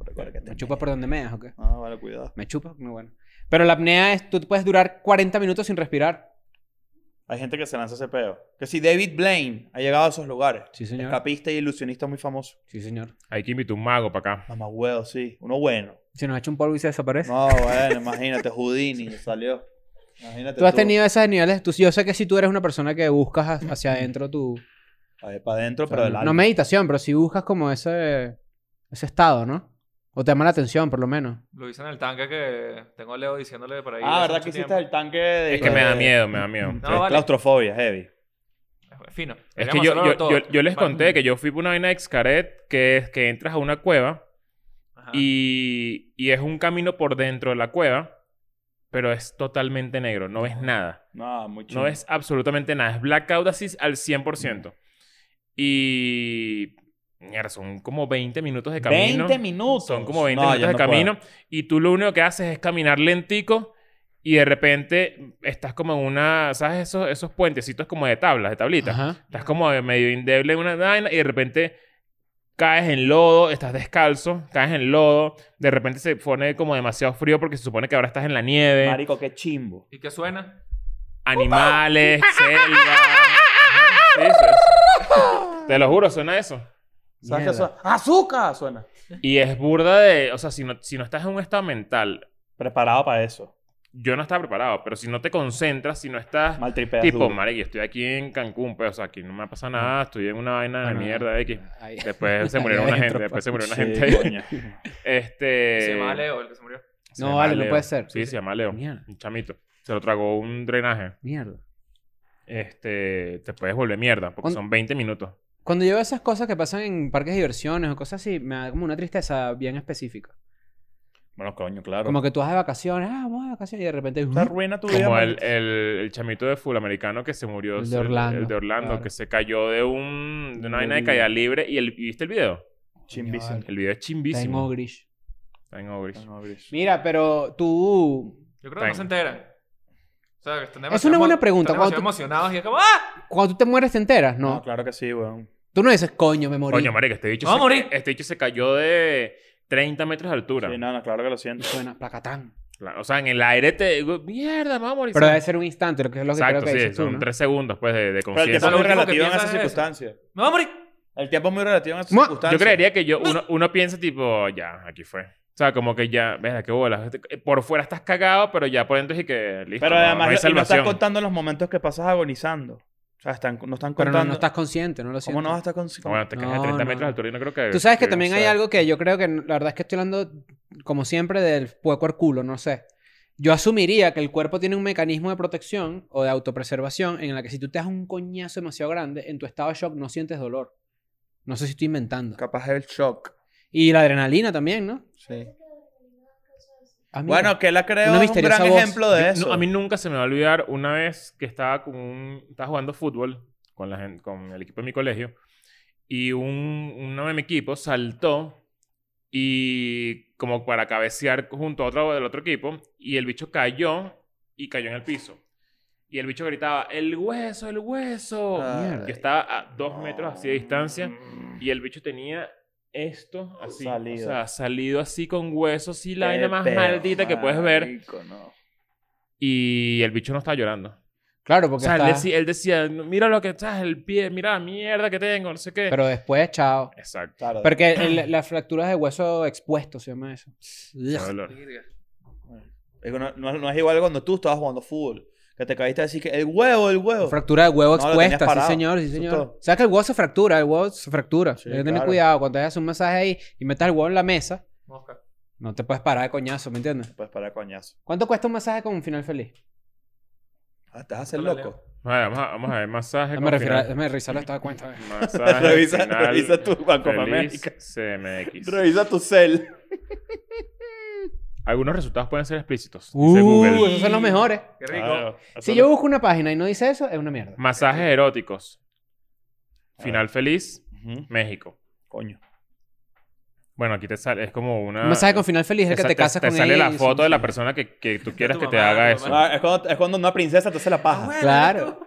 Speaker 3: Recuerda que te
Speaker 4: ¿Me chupas por donde meas o qué?
Speaker 3: Ah, vale, cuidado.
Speaker 4: Me chupas, muy bueno. Pero la apnea es, tú puedes durar 40 minutos sin respirar.
Speaker 3: Hay gente que se lanza ese peo. Que si David Blaine ha llegado a esos lugares.
Speaker 4: Sí, señor.
Speaker 3: Escapista y ilusionista muy famoso.
Speaker 4: Sí, señor.
Speaker 2: Hay que invitar un mago para acá.
Speaker 3: Mamá huevo, sí. Uno bueno.
Speaker 4: Si nos echa un polvo y se desaparece.
Speaker 3: (laughs) No, bueno, imagínate, Houdini salió. Imagínate.
Speaker 4: Tú has tenido esos niveles. Tú, yo sé que si tú eres una persona que buscas ha- hacia adentro tu.
Speaker 3: Para adentro, pero del
Speaker 4: no,
Speaker 3: alma.
Speaker 4: meditación, pero si buscas como ese, ese estado, ¿no? O te llama la atención, por lo menos.
Speaker 6: Lo hice en el tanque que tengo a Leo diciéndole para ir.
Speaker 3: Ah,
Speaker 6: hace
Speaker 3: ¿verdad
Speaker 6: mucho
Speaker 3: que hiciste
Speaker 6: tiempo.
Speaker 3: el tanque de.
Speaker 2: Es que me da miedo, me da miedo.
Speaker 3: Es
Speaker 6: No, vale.
Speaker 3: Claustrofobia, heavy.
Speaker 6: Fino.
Speaker 2: Es que
Speaker 6: Deberíamos
Speaker 2: yo,
Speaker 6: hacerlo
Speaker 2: yo,
Speaker 6: todo.
Speaker 2: yo- yo les
Speaker 6: Va-
Speaker 2: conté que yo fui por una vaina de Xcaret que es que entras a una cueva
Speaker 6: Ajá.
Speaker 2: y, y es un camino por dentro de la cueva, pero es totalmente negro, no ves nada.
Speaker 3: No, muy
Speaker 2: No es absolutamente nada. Es blackout así al 100%. Y... mierda, son como 20 minutos de camino.
Speaker 3: 20 minutos.
Speaker 2: Son como 20
Speaker 3: No, yo
Speaker 2: minutos de
Speaker 3: no
Speaker 2: camino. Y tú lo único que haces es caminar lentico. Y de repente estás como en una... ¿Sabes? Esos, esos puentecitos como de tablas, de tablitas.
Speaker 4: Ajá.
Speaker 2: Estás como medio indeble en una vaina y de repente caes en lodo, estás descalzo, caes en lodo, de repente se pone como demasiado frío porque se supone que ahora estás en la nieve,
Speaker 3: puedo. Marico, qué chimbo.
Speaker 6: ¿Y qué suena?
Speaker 2: animales, selva. Ajá, sí, sí, sí. Te lo juro, suena eso.
Speaker 3: ¿Sabes
Speaker 4: Mierda.
Speaker 3: qué suena? ¡Azúcar! Suena.
Speaker 2: Y es burda de, o sea, si no, si no estás en un estado mental,
Speaker 3: Preparado para eso.
Speaker 2: yo no estaba preparado, pero si no te concentras, si no estás
Speaker 3: Mal tripeas
Speaker 2: tipo,
Speaker 3: duro.
Speaker 2: marico, yo estoy aquí en Cancún, pues, o sea, aquí no me pasa nada, estoy en una vaina de
Speaker 4: Bueno,
Speaker 2: mierda X.
Speaker 4: ahí.
Speaker 2: Después se
Speaker 4: (laughs)
Speaker 2: murieron una gente, después se murió una
Speaker 3: Sí,
Speaker 2: gente ahí.
Speaker 3: coño.
Speaker 2: (laughs) Este.
Speaker 6: Se llama Leo, el que se murió.
Speaker 2: se
Speaker 4: No,
Speaker 2: llama
Speaker 4: vale, no
Speaker 2: Leo.
Speaker 4: puede ser.
Speaker 2: Sí, se llama Leo.
Speaker 4: Mierda.
Speaker 2: Un chamito. Se lo tragó un drenaje.
Speaker 4: Mierda.
Speaker 2: Este. Te puedes volver mierda, porque
Speaker 4: ¿Cuán-
Speaker 2: son 20 minutos.
Speaker 4: Cuando yo veo esas cosas que pasan en parques de diversiones o cosas así, me da como una tristeza bien específica.
Speaker 3: Bueno, coño, claro.
Speaker 4: Como que tú vas de vacaciones, ah, vamos de vacaciones, y de repente...
Speaker 3: Te arruina tu vida.
Speaker 2: Como el,
Speaker 3: marico.
Speaker 2: el- el chamito de full americano que se murió.
Speaker 4: El de Orlando,
Speaker 2: el de Orlando,
Speaker 4: claro.
Speaker 2: que se cayó de un. de una
Speaker 4: De
Speaker 2: vaina de
Speaker 4: un-
Speaker 2: caída libre. ¿Y el, ¿y viste el video?
Speaker 3: Chimbísimo.
Speaker 2: El video es
Speaker 4: Está en
Speaker 2: chimbísimo.
Speaker 4: Ogrish.
Speaker 2: Está en Ogrish.
Speaker 3: No, Brish.
Speaker 4: Mira, pero tú...
Speaker 6: Yo creo que
Speaker 2: Venga.
Speaker 6: no se enteran. O sea, que están
Speaker 4: Es una
Speaker 6: demasiado
Speaker 4: buena
Speaker 6: emo-
Speaker 4: pregunta,
Speaker 6: Están
Speaker 4: cuando
Speaker 6: demasiado
Speaker 4: tú-
Speaker 6: emocionados y es como ¡Ah!
Speaker 4: Cuando tú te mueres te enteras, no.
Speaker 3: No, claro que sí, weón.
Speaker 4: Tú no dices, coño, me morí.
Speaker 2: Coño, marica, este bicho.
Speaker 6: Me voy a
Speaker 2: se-
Speaker 6: morir.
Speaker 2: Este bicho se cayó de 30 metros de altura.
Speaker 3: Sí, no, no, claro que lo
Speaker 4: Y
Speaker 3: siento.
Speaker 4: suena placatán.
Speaker 2: La- O sea, en el aire te. Mierda, me voy a morir.
Speaker 4: Pero debe ser un instante, lo que es lo que
Speaker 2: Exacto,
Speaker 4: creo que
Speaker 2: sí,
Speaker 4: dices tú,
Speaker 2: son
Speaker 4: ¿no?
Speaker 2: tres segundos pues de, de
Speaker 3: Pero el tiempo
Speaker 2: conciencia.
Speaker 3: es
Speaker 6: Lo
Speaker 3: muy
Speaker 6: último que
Speaker 3: relativo en
Speaker 6: piensas
Speaker 3: esas
Speaker 6: es eso.
Speaker 3: circunstancias.
Speaker 6: ¡Me voy a morir!
Speaker 3: El tiempo es muy relativo en esas
Speaker 4: Mo-
Speaker 3: circunstancias.
Speaker 2: Yo creería que yo, uno, uno piensa tipo, ya, aquí fue. O sea, como que ya, ves, qué bolas. Por fuera estás cagado, pero ya por dentro es que listo.
Speaker 3: Pero
Speaker 2: no- no hay
Speaker 3: además y no, estás
Speaker 2: salvación.
Speaker 3: contando los momentos que pasas agonizando. O sea, están, no están
Speaker 4: Pero
Speaker 3: contando.
Speaker 4: no, no estás consciente, no lo siento.
Speaker 3: ¿Cómo no vas a estar consciente?
Speaker 2: No, bueno, te caes
Speaker 4: No,
Speaker 2: de 30
Speaker 4: no,
Speaker 2: metros de
Speaker 4: no.
Speaker 2: altura y no creo que.
Speaker 4: Tú sabes que también
Speaker 2: no
Speaker 4: hay
Speaker 2: sea-
Speaker 4: algo que yo creo que, la verdad es que estoy hablando, como siempre, del puerco al culo, no sé. Yo asumiría que el cuerpo tiene un mecanismo de protección o de autopreservación en la que si tú te das un coñazo demasiado grande, en tu estado de shock no sientes dolor. No sé si estoy inventando.
Speaker 3: Capaz es el shock.
Speaker 4: Y la adrenalina también, ¿no?
Speaker 3: Sí.
Speaker 4: Ah, mira.
Speaker 3: Bueno, que la creo
Speaker 4: Una
Speaker 3: es un
Speaker 4: misteriosa
Speaker 3: gran
Speaker 4: voz.
Speaker 3: ejemplo de
Speaker 2: Yo-
Speaker 3: eso.
Speaker 2: no, a mí nunca se me va a olvidar una vez que estaba con un. Estaba jugando fútbol con, la gen- con el equipo de mi colegio. Y un, uno de mi equipo saltó y como para cabecear junto a otro del otro equipo. Y el bicho cayó y cayó en el piso. Y el bicho gritaba, el hueso, el hueso.
Speaker 3: Ah,
Speaker 4: mierda.
Speaker 2: que estaba a dos metros así de distancia.
Speaker 3: Mm,
Speaker 2: Y el bicho tenía esto así.
Speaker 3: Salido.
Speaker 2: O sea, salido así con huesos así, la
Speaker 3: Qué
Speaker 2: vaina más
Speaker 3: pedo,
Speaker 2: maldita que puedes ver.
Speaker 3: marico, no.
Speaker 2: Y el bicho no estaba llorando.
Speaker 4: Claro,
Speaker 2: O
Speaker 4: porque
Speaker 2: sea, él
Speaker 4: está-
Speaker 2: decía, él decía, mira lo que estás, el pie, mira la mierda que tengo, no sé qué.
Speaker 4: Pero después, chao.
Speaker 2: Exacto.
Speaker 3: Claro.
Speaker 4: Porque el- las fracturas de hueso expuesto se llama eso.
Speaker 2: qué dolor.
Speaker 6: Verga.
Speaker 3: Es que no, no- no es igual cuando tú estabas jugando fútbol. Que te caíste así que el huevo, el huevo.
Speaker 4: Fractura de huevo
Speaker 3: No, lo tenías
Speaker 4: expuesta, sí
Speaker 3: parado.
Speaker 4: señor, sí
Speaker 3: Eso
Speaker 4: señor.
Speaker 3: todo.
Speaker 4: O sea que el huevo se fractura, el huevo se fractura.
Speaker 3: Sí,
Speaker 4: Hay que tener
Speaker 3: claro.
Speaker 4: cuidado cuando te hagas un masaje ahí y metas el huevo en la mesa,
Speaker 6: Mosca.
Speaker 4: no te puedes parar de coñazo, ¿me entiendes?
Speaker 3: Pues para coñazo.
Speaker 4: ¿Cuánto cuesta un masaje con un final feliz?
Speaker 3: Ah, te vas a hacer
Speaker 6: Hola,
Speaker 3: loco.
Speaker 2: A ver, vamos, a, vamos a ver, masaje.
Speaker 4: Déjame,
Speaker 2: con
Speaker 4: refirar-
Speaker 2: final.
Speaker 4: déjame revisar esta cuenta. a ver.
Speaker 2: Masaje.
Speaker 3: (laughs) Revisa-
Speaker 2: final,
Speaker 3: revisa tu Banco
Speaker 2: feliz,
Speaker 3: América.
Speaker 2: CMX.
Speaker 3: Revisa tu cel.
Speaker 2: Algunos resultados pueden ser explícitos. dice
Speaker 4: Uh,
Speaker 2: Google. Ah,
Speaker 4: esos son los mejores.
Speaker 6: Qué rico.
Speaker 2: Claro,
Speaker 4: Si
Speaker 2: absolutamente.
Speaker 4: yo busco una página y no dice eso, es una mierda.
Speaker 2: Masajes eróticos.
Speaker 3: Ah.
Speaker 2: Final feliz, México.
Speaker 3: Coño.
Speaker 2: Bueno, aquí te sale, es como una.
Speaker 4: Un masaje con final feliz es el que
Speaker 2: Ah. Esa-
Speaker 4: te casas con
Speaker 2: sale
Speaker 4: ella
Speaker 2: la
Speaker 4: y-
Speaker 2: foto de la persona que, que
Speaker 6: (laughs)
Speaker 2: tú quieras
Speaker 6: tu
Speaker 2: que te
Speaker 6: mamá,
Speaker 2: haga
Speaker 6: tu
Speaker 2: eso.
Speaker 6: mamá.
Speaker 3: Ah, es, cuando, es cuando una princesa te hace la
Speaker 2: Ah,
Speaker 3: paja.
Speaker 2: (laughs)
Speaker 4: Claro,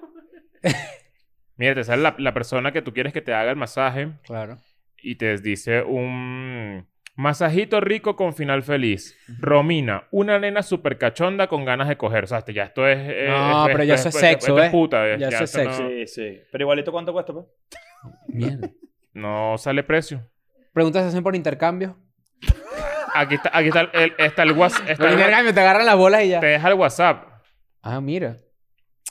Speaker 2: Mira, te sale la, la persona que tú quieres que te haga el masaje
Speaker 4: claro.
Speaker 2: y te dice un. Masajito rico con final feliz. Romina, una nena súper cachonda con ganas de coger. O sea, este- ya esto es. eh,
Speaker 4: No,
Speaker 2: esto-
Speaker 4: pero ya eso
Speaker 2: esto-
Speaker 4: es
Speaker 2: esto-
Speaker 4: sexo,
Speaker 2: esto es
Speaker 4: ¿eh?
Speaker 2: puta, eh,
Speaker 4: Ya eso es
Speaker 2: esto no-
Speaker 4: sexo.
Speaker 3: Sí, sí. Pero igualito, ¿cuánto cuesta, pues?
Speaker 4: Mierda.
Speaker 2: no sale precio.
Speaker 4: Preguntas se hacen por intercambio.
Speaker 2: Aquí está, aquí está el, el- está el WhatsApp.
Speaker 4: Por
Speaker 2: Te
Speaker 4: intercambio te agarran las bolas y ya.
Speaker 2: deja el WhatsApp.
Speaker 4: Ah, mira.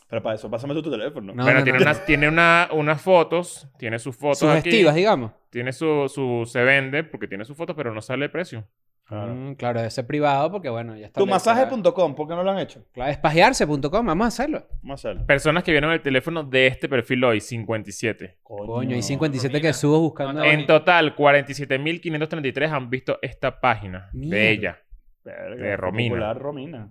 Speaker 3: Pero para eso, pásame tú tu teléfono.
Speaker 4: No,
Speaker 2: bueno,
Speaker 4: no,
Speaker 2: tiene,
Speaker 4: no.
Speaker 2: Unas, tiene una- unas fotos, tiene sus fotos
Speaker 4: Sugestivas,
Speaker 2: aquí.
Speaker 4: digamos.
Speaker 2: Tiene su, su, se vende porque tiene sus fotos, pero no sale el precio.
Speaker 4: Claro. claro, debe ser privado porque, bueno, ya Mm, está.
Speaker 3: Tu masaje.com, ¿por qué no lo han hecho?
Speaker 4: Claro, espajearse.com, vamos a hacerlo.
Speaker 3: Vamos a hacerlo.
Speaker 2: Personas que vieron el teléfono de este perfil hoy, 57.
Speaker 4: Coño, hay 57
Speaker 6: Romina.
Speaker 4: que subo buscando.
Speaker 6: No,
Speaker 2: En total, 47.533 han visto esta página
Speaker 4: Mierda.
Speaker 2: de ella.
Speaker 3: Verga,
Speaker 2: De Romina.
Speaker 3: popular Romina.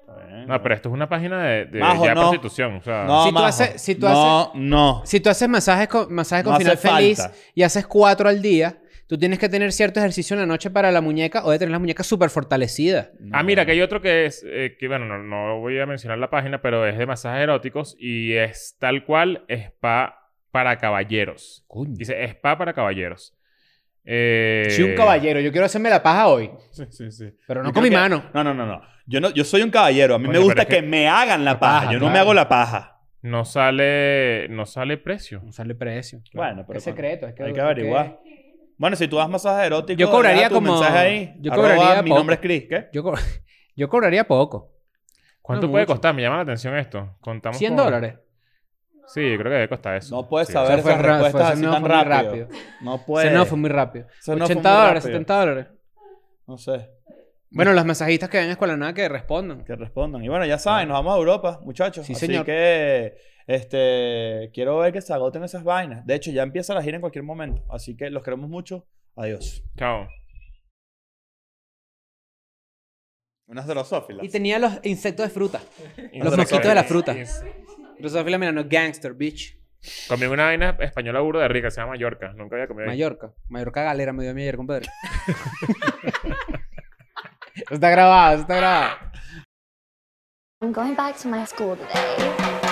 Speaker 3: Está bien,
Speaker 2: No, pero esto es una página de, de
Speaker 3: Majo,
Speaker 2: ya
Speaker 3: no.
Speaker 2: prostitución. O sea,
Speaker 3: No,
Speaker 4: Si tú
Speaker 3: majo.
Speaker 4: haces- si tú
Speaker 3: no, no.
Speaker 4: Si tú haces masajes con, masajes con
Speaker 3: No
Speaker 4: final
Speaker 3: hace falta.
Speaker 4: feliz y haces cuatro al día, tú tienes que tener cierto ejercicio en la noche para la muñeca o de tener la muñeca súper fortalecida.
Speaker 2: Ah, mira, que hay otro que es, eh, que bueno, no, no voy a mencionar la página, pero es de masajes eróticos y es tal cual spa para caballeros.
Speaker 4: Coño.
Speaker 2: Dice spa para caballeros. Eh,
Speaker 4: Soy un caballero, yo quiero hacerme la paja hoy,
Speaker 3: Sí, sí, sí.
Speaker 4: pero no
Speaker 3: Yo
Speaker 4: con mi
Speaker 3: creo que-
Speaker 4: mano.
Speaker 3: No, no, no, no. Yo no, yo soy un caballero. A mí
Speaker 2: Coño,
Speaker 3: me gusta
Speaker 2: pero es que-
Speaker 3: que... me hagan la
Speaker 4: La
Speaker 3: paja.
Speaker 4: paja,
Speaker 3: yo no
Speaker 4: claro.
Speaker 3: me hago la paja.
Speaker 2: No sale, no sale precio.
Speaker 4: No sale precio.
Speaker 3: Bueno, pero
Speaker 4: Es secreto, es que.
Speaker 3: Hay que averiguar. Bueno, si tú das masajes eróticos,
Speaker 4: Yo cobraría
Speaker 3: deja tu
Speaker 4: como-
Speaker 3: mensaje ahí.
Speaker 4: yo
Speaker 3: Arroba,
Speaker 4: cobraría
Speaker 3: mi
Speaker 4: poco.
Speaker 3: nombre es Chris. ¿Qué?
Speaker 4: Yo, co- (laughs) yo cobraría poco.
Speaker 2: ¿Cuánto
Speaker 4: No
Speaker 2: puede
Speaker 4: mucho.
Speaker 2: costar? Me llama la atención esto. Contamos
Speaker 4: 100
Speaker 2: con-
Speaker 4: dólares.
Speaker 2: Sí, yo creo que debe costar eso.
Speaker 3: No puedes
Speaker 2: Sí.
Speaker 4: O
Speaker 3: saber
Speaker 4: sea, fue
Speaker 3: esas
Speaker 4: ra- fue-
Speaker 3: respuestas
Speaker 4: ese
Speaker 3: así
Speaker 4: no
Speaker 3: tan
Speaker 4: fue muy
Speaker 3: rápido.
Speaker 4: rápido.
Speaker 3: No
Speaker 4: O sea,
Speaker 3: puedes.
Speaker 4: no, fue muy rápido.
Speaker 3: Eso no fue
Speaker 4: 80
Speaker 3: muy
Speaker 4: dólares,
Speaker 3: rápido.
Speaker 4: 70 dólares.
Speaker 3: No sé.
Speaker 4: Bueno, los masajistas que ven en Escuela Nada que respondan.
Speaker 3: Que respondan. Y bueno, ya saben, nos vamos a Europa, muchachos.
Speaker 4: Sí,
Speaker 3: Así
Speaker 4: señor.
Speaker 3: que este, quiero ver que se agoten esas vainas. De hecho, ya empieza la gira en cualquier momento. Así que los queremos mucho. Adiós.
Speaker 2: Chao.
Speaker 3: Unas drosófilas.
Speaker 4: Y tenía los insectos de fruta.
Speaker 2: Insectos.
Speaker 4: mosquitos de la fruta.
Speaker 2: Ins-
Speaker 4: Rosafila Milano, gangster, bitch.
Speaker 2: Comí una vaina española burda de rica, se llama Mallorca. Nunca había comido. ahí.
Speaker 4: Mallorca. Mallorca Galera me dio a mí ayer, (laughs) compadre. Eso está grabado, eso está grabado.
Speaker 1: I'm going back to my school today.